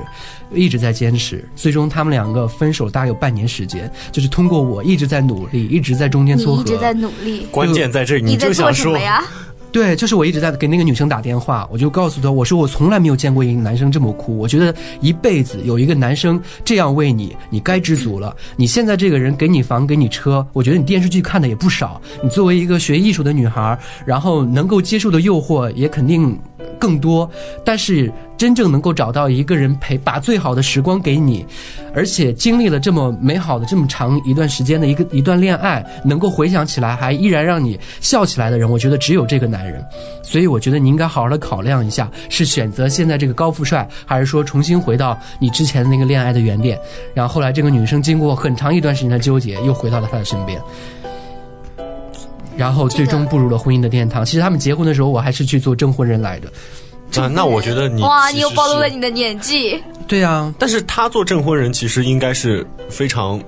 [SPEAKER 5] 一直在坚持。最终他们两个分手大概有半年时间，就是通过我一直在努力，一直在中间
[SPEAKER 4] 你
[SPEAKER 5] 撮合，
[SPEAKER 4] 一直在努力，
[SPEAKER 8] 关键在这儿，
[SPEAKER 4] 你在
[SPEAKER 8] 就
[SPEAKER 4] 做
[SPEAKER 8] 想
[SPEAKER 4] 什
[SPEAKER 8] 说
[SPEAKER 4] 么，呀？
[SPEAKER 5] 对，就是我一直在给那个女生打电话，我就告诉她，我说我从来没有见过一个男生这么哭，我觉得一辈子有一个男生这样为你，你该知足了。你现在这个人给你房给你车，我觉得你电视剧看的也不少，你作为一个学艺术的女孩，然后能够接受的诱惑也肯定更多，但是真正能够找到一个人陪，把最好的时光给你，而且经历了这么美好的这么长一段时间的一个一段恋爱，能够回想起来还依然让你笑起来的人，我觉得只有这个男人。所以我觉得你应该好好的考量一下，是选择现在这个高富帅，还是说重新回到你之前的那个恋爱的原点。然后后来这个女生经过很长一段时间的纠结，又回到了他的身边。然后最终步入了婚姻的殿堂。其实他们结婚的时候，我还是去做证婚人来的。
[SPEAKER 8] 那啊那我觉得你
[SPEAKER 4] 哇，
[SPEAKER 8] 其
[SPEAKER 4] 你又
[SPEAKER 8] 实
[SPEAKER 4] 暴露
[SPEAKER 8] 是
[SPEAKER 4] 了你的年纪。
[SPEAKER 5] 对啊，
[SPEAKER 8] 但是他做证婚人其实应该是非常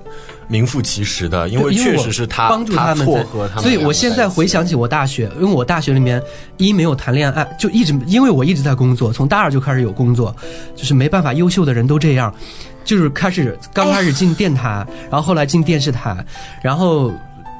[SPEAKER 8] 名副其实的，因为
[SPEAKER 5] 对
[SPEAKER 8] 确
[SPEAKER 5] 我
[SPEAKER 8] 实是他
[SPEAKER 5] 帮助
[SPEAKER 8] 他
[SPEAKER 5] 们
[SPEAKER 8] 撮
[SPEAKER 5] 在
[SPEAKER 8] 合他们两个在一起，
[SPEAKER 5] 所以我现在回想起我大学，因为我大学里面一没有谈恋爱，就一直因为我一直在工作，从大二就开始有工作，就是没办法，优秀的人都这样，就是开始刚开始进电台，然后后来进电视台，然后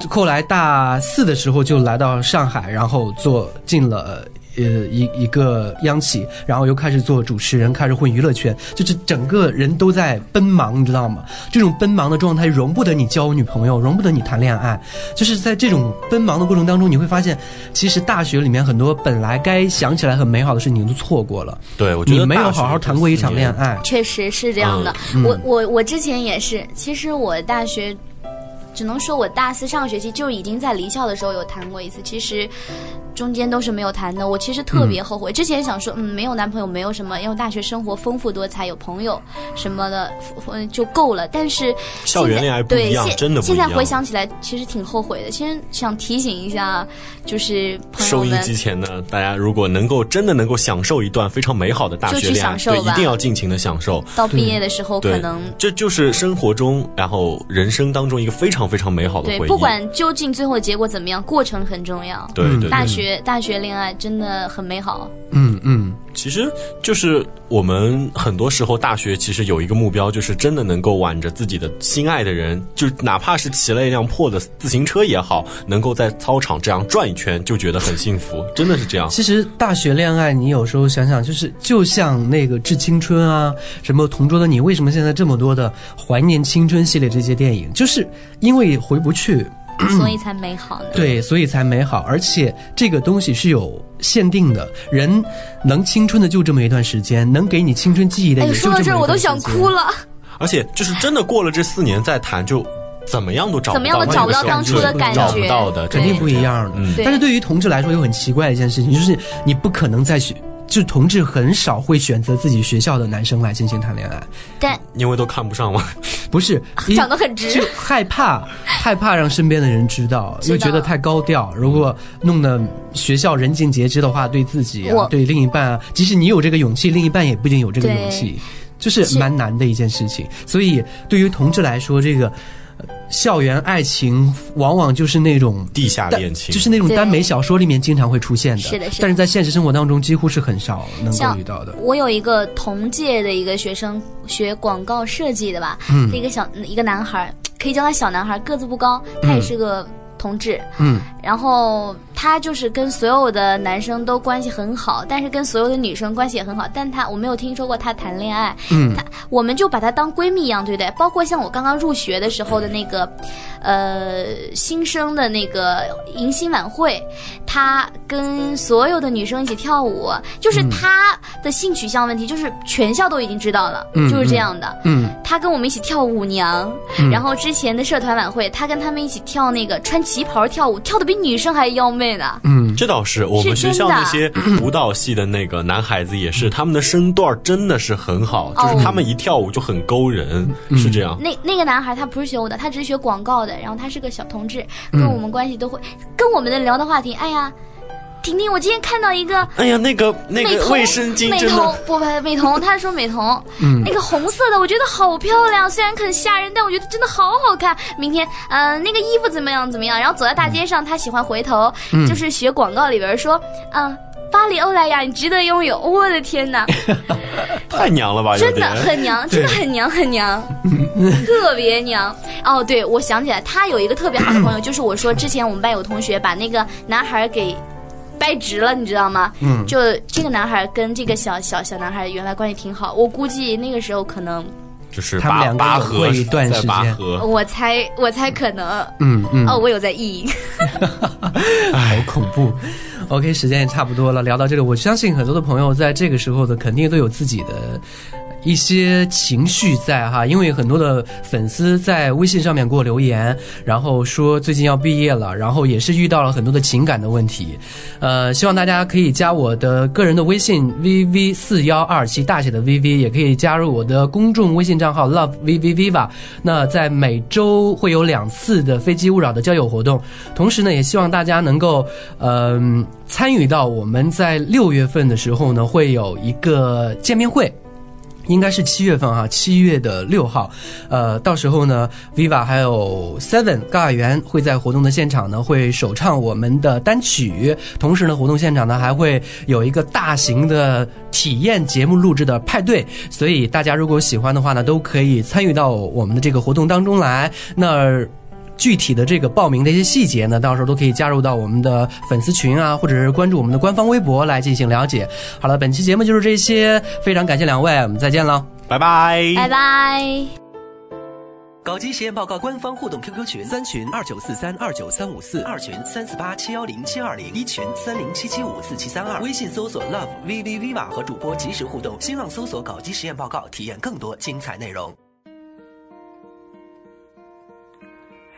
[SPEAKER 5] 后来大四的时候就来到上海，然后做进了。呃，一一个央企，然后又开始做主持人，开始混娱乐圈，就是整个人都在奔忙，你知道吗？这种奔忙的状态容不得你交女朋友，容不得你谈恋爱。就是在这种奔忙的过程当中，你会发现，其实大学里面很多本来该想起来很美好的事情都错过了。
[SPEAKER 8] 对我觉
[SPEAKER 5] 你
[SPEAKER 8] 得
[SPEAKER 5] 没
[SPEAKER 8] 大
[SPEAKER 5] 有
[SPEAKER 8] 学
[SPEAKER 5] 好好
[SPEAKER 8] 这
[SPEAKER 5] 谈过一
[SPEAKER 8] 四
[SPEAKER 5] 场
[SPEAKER 8] 年
[SPEAKER 5] 恋爱，
[SPEAKER 4] 确实是这样的。
[SPEAKER 8] 嗯
[SPEAKER 4] 我我我之前也是，其实我大学。只能说我大四上学期就已经在离校的时候有谈过一次，其实中间都是没有谈的。我其实特别后悔，之前想说，嗯，没有男朋友没有什么，因为大学生活丰富多彩，有朋友什么的，嗯，就够了。但是
[SPEAKER 8] 校园恋爱不
[SPEAKER 4] 对
[SPEAKER 8] 一样，
[SPEAKER 4] 现
[SPEAKER 8] 真的不一
[SPEAKER 4] 现
[SPEAKER 8] 样。
[SPEAKER 4] 在回想起来，其实挺后悔的。其实想提醒一下，就是朋友
[SPEAKER 8] 收音
[SPEAKER 4] 们，
[SPEAKER 8] 机前呢，大家如果能够真的能够享受一段非常美好的大
[SPEAKER 4] 就
[SPEAKER 8] 学
[SPEAKER 4] 去
[SPEAKER 8] 恋爱，
[SPEAKER 4] 享受
[SPEAKER 8] 对，一
[SPEAKER 4] 吧
[SPEAKER 8] 定要尽情的享受。
[SPEAKER 4] 到毕业的时候可
[SPEAKER 8] 对
[SPEAKER 4] 能，
[SPEAKER 8] 这就是生活中，然后人生当中一个非常非常美好的
[SPEAKER 4] 对
[SPEAKER 8] 回忆。
[SPEAKER 4] 不管究竟最后结果怎么样，过程很重要。
[SPEAKER 8] 对对对
[SPEAKER 4] 大学学大学恋爱真的很美好。
[SPEAKER 5] 嗯嗯，
[SPEAKER 8] 其实就是我们很多时候大学其实有一个目标，就是真的能够挽着自己的心爱的人，就哪怕是骑了一辆破的自行车也好，能够在操场这样转一圈，就觉得很幸福，真的是这样。
[SPEAKER 5] 其实大学恋爱，你有时候想想，就是就像那个《致青春》啊，什么《同桌的你》，为什么现在这么多的怀念青春系列这些电影，就是因为回不去，
[SPEAKER 4] 所以才美好呢。
[SPEAKER 5] 嗯对，所以才美好。而且这个东西是有限定的，人能青春的就这么一段时间，能给你青春记忆的
[SPEAKER 4] 哎
[SPEAKER 5] 也
[SPEAKER 4] 呦，
[SPEAKER 5] 就这
[SPEAKER 4] 说到
[SPEAKER 5] 么一段时
[SPEAKER 4] 这
[SPEAKER 5] 间。
[SPEAKER 4] 儿我都想哭了，
[SPEAKER 8] 而且就是真的过了这四年再谈，就怎么样都找不
[SPEAKER 4] 怎
[SPEAKER 8] 到
[SPEAKER 4] 么样都找不到
[SPEAKER 8] 那个
[SPEAKER 4] 当初的感
[SPEAKER 8] 找不
[SPEAKER 4] 觉
[SPEAKER 8] 到的，
[SPEAKER 5] 肯定不一样的。
[SPEAKER 8] 嗯
[SPEAKER 4] 对
[SPEAKER 5] 但是对于同志来说，又很奇怪的一件事情，就是你不可能再选，就同志很少会选择自己学校的男生来进行谈恋爱，
[SPEAKER 4] 但
[SPEAKER 8] 因为都看不上嘛。
[SPEAKER 5] 不是
[SPEAKER 4] [laughs]
[SPEAKER 5] 因
[SPEAKER 4] 长得很直
[SPEAKER 5] 就害怕，害怕让身边的人知道，
[SPEAKER 4] 知道
[SPEAKER 5] 又觉得太高调，如果弄得学校人尽皆知的话，对自己啊
[SPEAKER 4] 我，
[SPEAKER 5] 对另一半啊，即使你有这个勇气，另一半也不一定有这个勇气，就是
[SPEAKER 4] 是
[SPEAKER 5] 蛮难的一件事情。所以对于同志来说，这个。呃校园爱情往往就是那种
[SPEAKER 8] 地下
[SPEAKER 5] 但
[SPEAKER 8] 恋情
[SPEAKER 5] 就是那种
[SPEAKER 4] 对
[SPEAKER 5] 耽美小说里面经常会出现的，
[SPEAKER 4] 是的是的
[SPEAKER 5] 但是在现实生活当中几乎是很少能够
[SPEAKER 4] 像
[SPEAKER 5] 遇到的。
[SPEAKER 4] 我有一个同届的一个学生，学广告设计的吧，
[SPEAKER 5] 嗯
[SPEAKER 4] 是一个小一个男孩儿，可以叫他小男孩儿，个子不高，他也是个同志。
[SPEAKER 5] 嗯，
[SPEAKER 4] 然后他就是跟所有的男生都关系很好，但是跟所有的女生关系也很好，但他我没有听说过他谈恋爱。嗯，他我们就把他当闺蜜一样对待，包括像我刚刚入学的时候的那个，呃，新生的那个迎新晚会，他跟所有的女生一起跳舞，就是他的性取向问题，就是全校都已经知道了，就是这样的。
[SPEAKER 5] 嗯，
[SPEAKER 4] 他跟我们一起跳舞娘，然后之前的社团晚会，他跟他们一起跳那个穿旗袍跳舞，跳的比女生还妖媚呢。
[SPEAKER 8] 这倒是，我们学校那些舞蹈系的那个男孩子也是，他们的身段真的是很好，
[SPEAKER 4] 哦
[SPEAKER 8] 就是他们一跳舞就很勾人，
[SPEAKER 5] 嗯
[SPEAKER 8] 是这样。
[SPEAKER 4] 那那个男孩他不是学舞的，他只是学广告的，然后他是个小同志，跟我们关系都会，跟我们的聊的话题，哎呀，婷婷，我今天看到一个
[SPEAKER 8] 哎呀，那个那
[SPEAKER 4] 美
[SPEAKER 8] 个
[SPEAKER 4] 瞳，
[SPEAKER 8] 卫生巾
[SPEAKER 4] 美
[SPEAKER 8] 真
[SPEAKER 4] 瞳
[SPEAKER 8] 的，
[SPEAKER 4] 不不美瞳，他说美瞳，那个红色的我觉得好漂亮，虽然很吓人，但我觉得真的好好看。明天，嗯、那个衣服怎么样怎么样？然后走在大街上，他喜欢回头，就是学广告里边说，嗯、巴黎欧莱雅，你值得拥有。我的天哪，
[SPEAKER 8] 太娘了吧，啊有
[SPEAKER 4] 真的
[SPEAKER 8] 点。
[SPEAKER 4] 很娘，真的很娘，很娘，特别娘。哦，对，我想起来，他有一个特别好的朋友，就是我说之前我们班有同学把那个男孩给掰直了，你知道吗？嗯，就这个男孩跟这个小小小男孩原来关系挺好，我估计那个时候可能，
[SPEAKER 8] 就是
[SPEAKER 5] 他们
[SPEAKER 8] 拔
[SPEAKER 5] 两个
[SPEAKER 8] 拔
[SPEAKER 5] 有
[SPEAKER 8] 河
[SPEAKER 5] 过一段
[SPEAKER 8] 在
[SPEAKER 5] 时
[SPEAKER 8] 拔
[SPEAKER 5] 间
[SPEAKER 8] 河，
[SPEAKER 4] 我猜我猜可能，
[SPEAKER 5] 嗯嗯，
[SPEAKER 4] 哦，我有在意淫，
[SPEAKER 5] [laughs] 好恐怖。OK，时间也差不多了，聊到这里，我相信很多的朋友在这个时候的肯定都有自己的一些情绪在哈，因为很多的粉丝在微信上面给我留言，然后说最近要毕业了，然后也是遇到了很多的情感的问题，呃，希望大家可以加我的个人的微信 VV 四幺二七大写的 VV，也可以加入我的公众微信账号 Love VV Viva。那在每周会有两次的飞机勿扰的交友活动，同时呢，也希望大家能够嗯、参与到我们在六月份的时候呢，会有一个见面会。应该是七月份哈、七月的六号，呃，到时候呢，Viva 还有 Seven 高雅媛会在活动的现场呢，会首唱我们的单曲，同时呢，活动现场呢还会有一个大型的体验节目录制的派对，所以大家如果喜欢的话呢，都可以参与到我们的这个活动当中来。那具体的这个报名的一些细节呢，到时候都可以加入到我们的粉丝群啊，或者是关注我们的官方微博来进行了解。好了，本期节目就是这些，非常感谢两位，我们再见了。
[SPEAKER 8] 拜拜。
[SPEAKER 4] 拜拜。
[SPEAKER 9] 搞基实验报告官方互动 QQ 群：三群二九四三二九三五四，二群三四八七幺零七二零，一群三零七七五四七三二。微信搜索 love v v v 瓦和主播及时互动，新浪搜索“搞基实验报告”，体验更多精彩内容。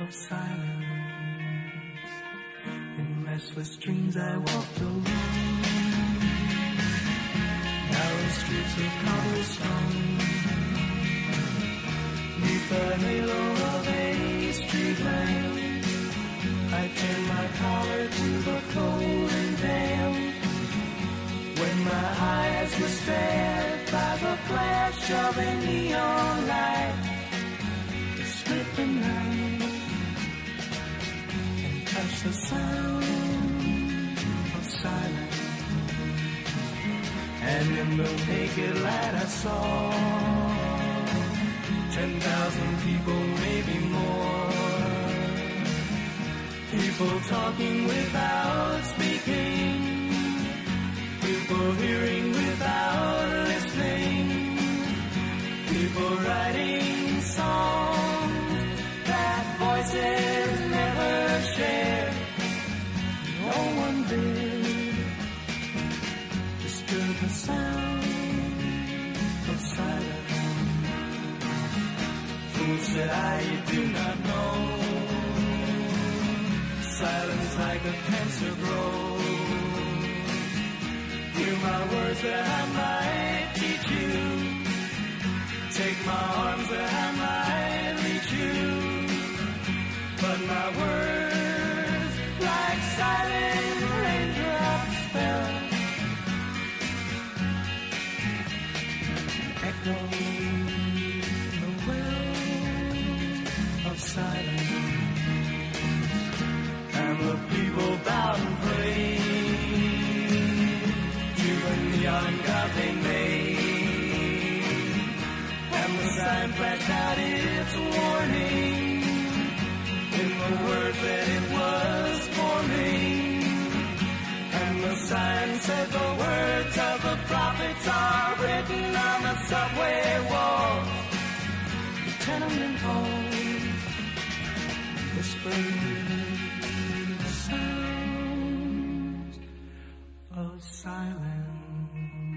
[SPEAKER 7] of silence. In restless dreams I walked alone. Narrow streets of cobblestone. Neath the halo of a street lamp, I turned my collar to the cold and damp. When my eyes were stared by the flash of a neon light, it split the night and touched the sound of silence. And in the naked light I saw 10,000 people, maybe more. People talking without speaking. People hearing without listening. People writing songs that voices never shared. No one did disturb the sound of silence. Fools that I do not know. Silence like a cancer grows. Hear my words that I might teach you. Take my arms that I might reach you. But my words, like silent raindrops, fell. Echoing the well of silence. And the people bowed and prayed to the neon god they made. And the sign flashed out its warning in the words that it was forming. And the sign said the words of the prophets are written on the subway walls, the tenement halls, whispering the sound of silence.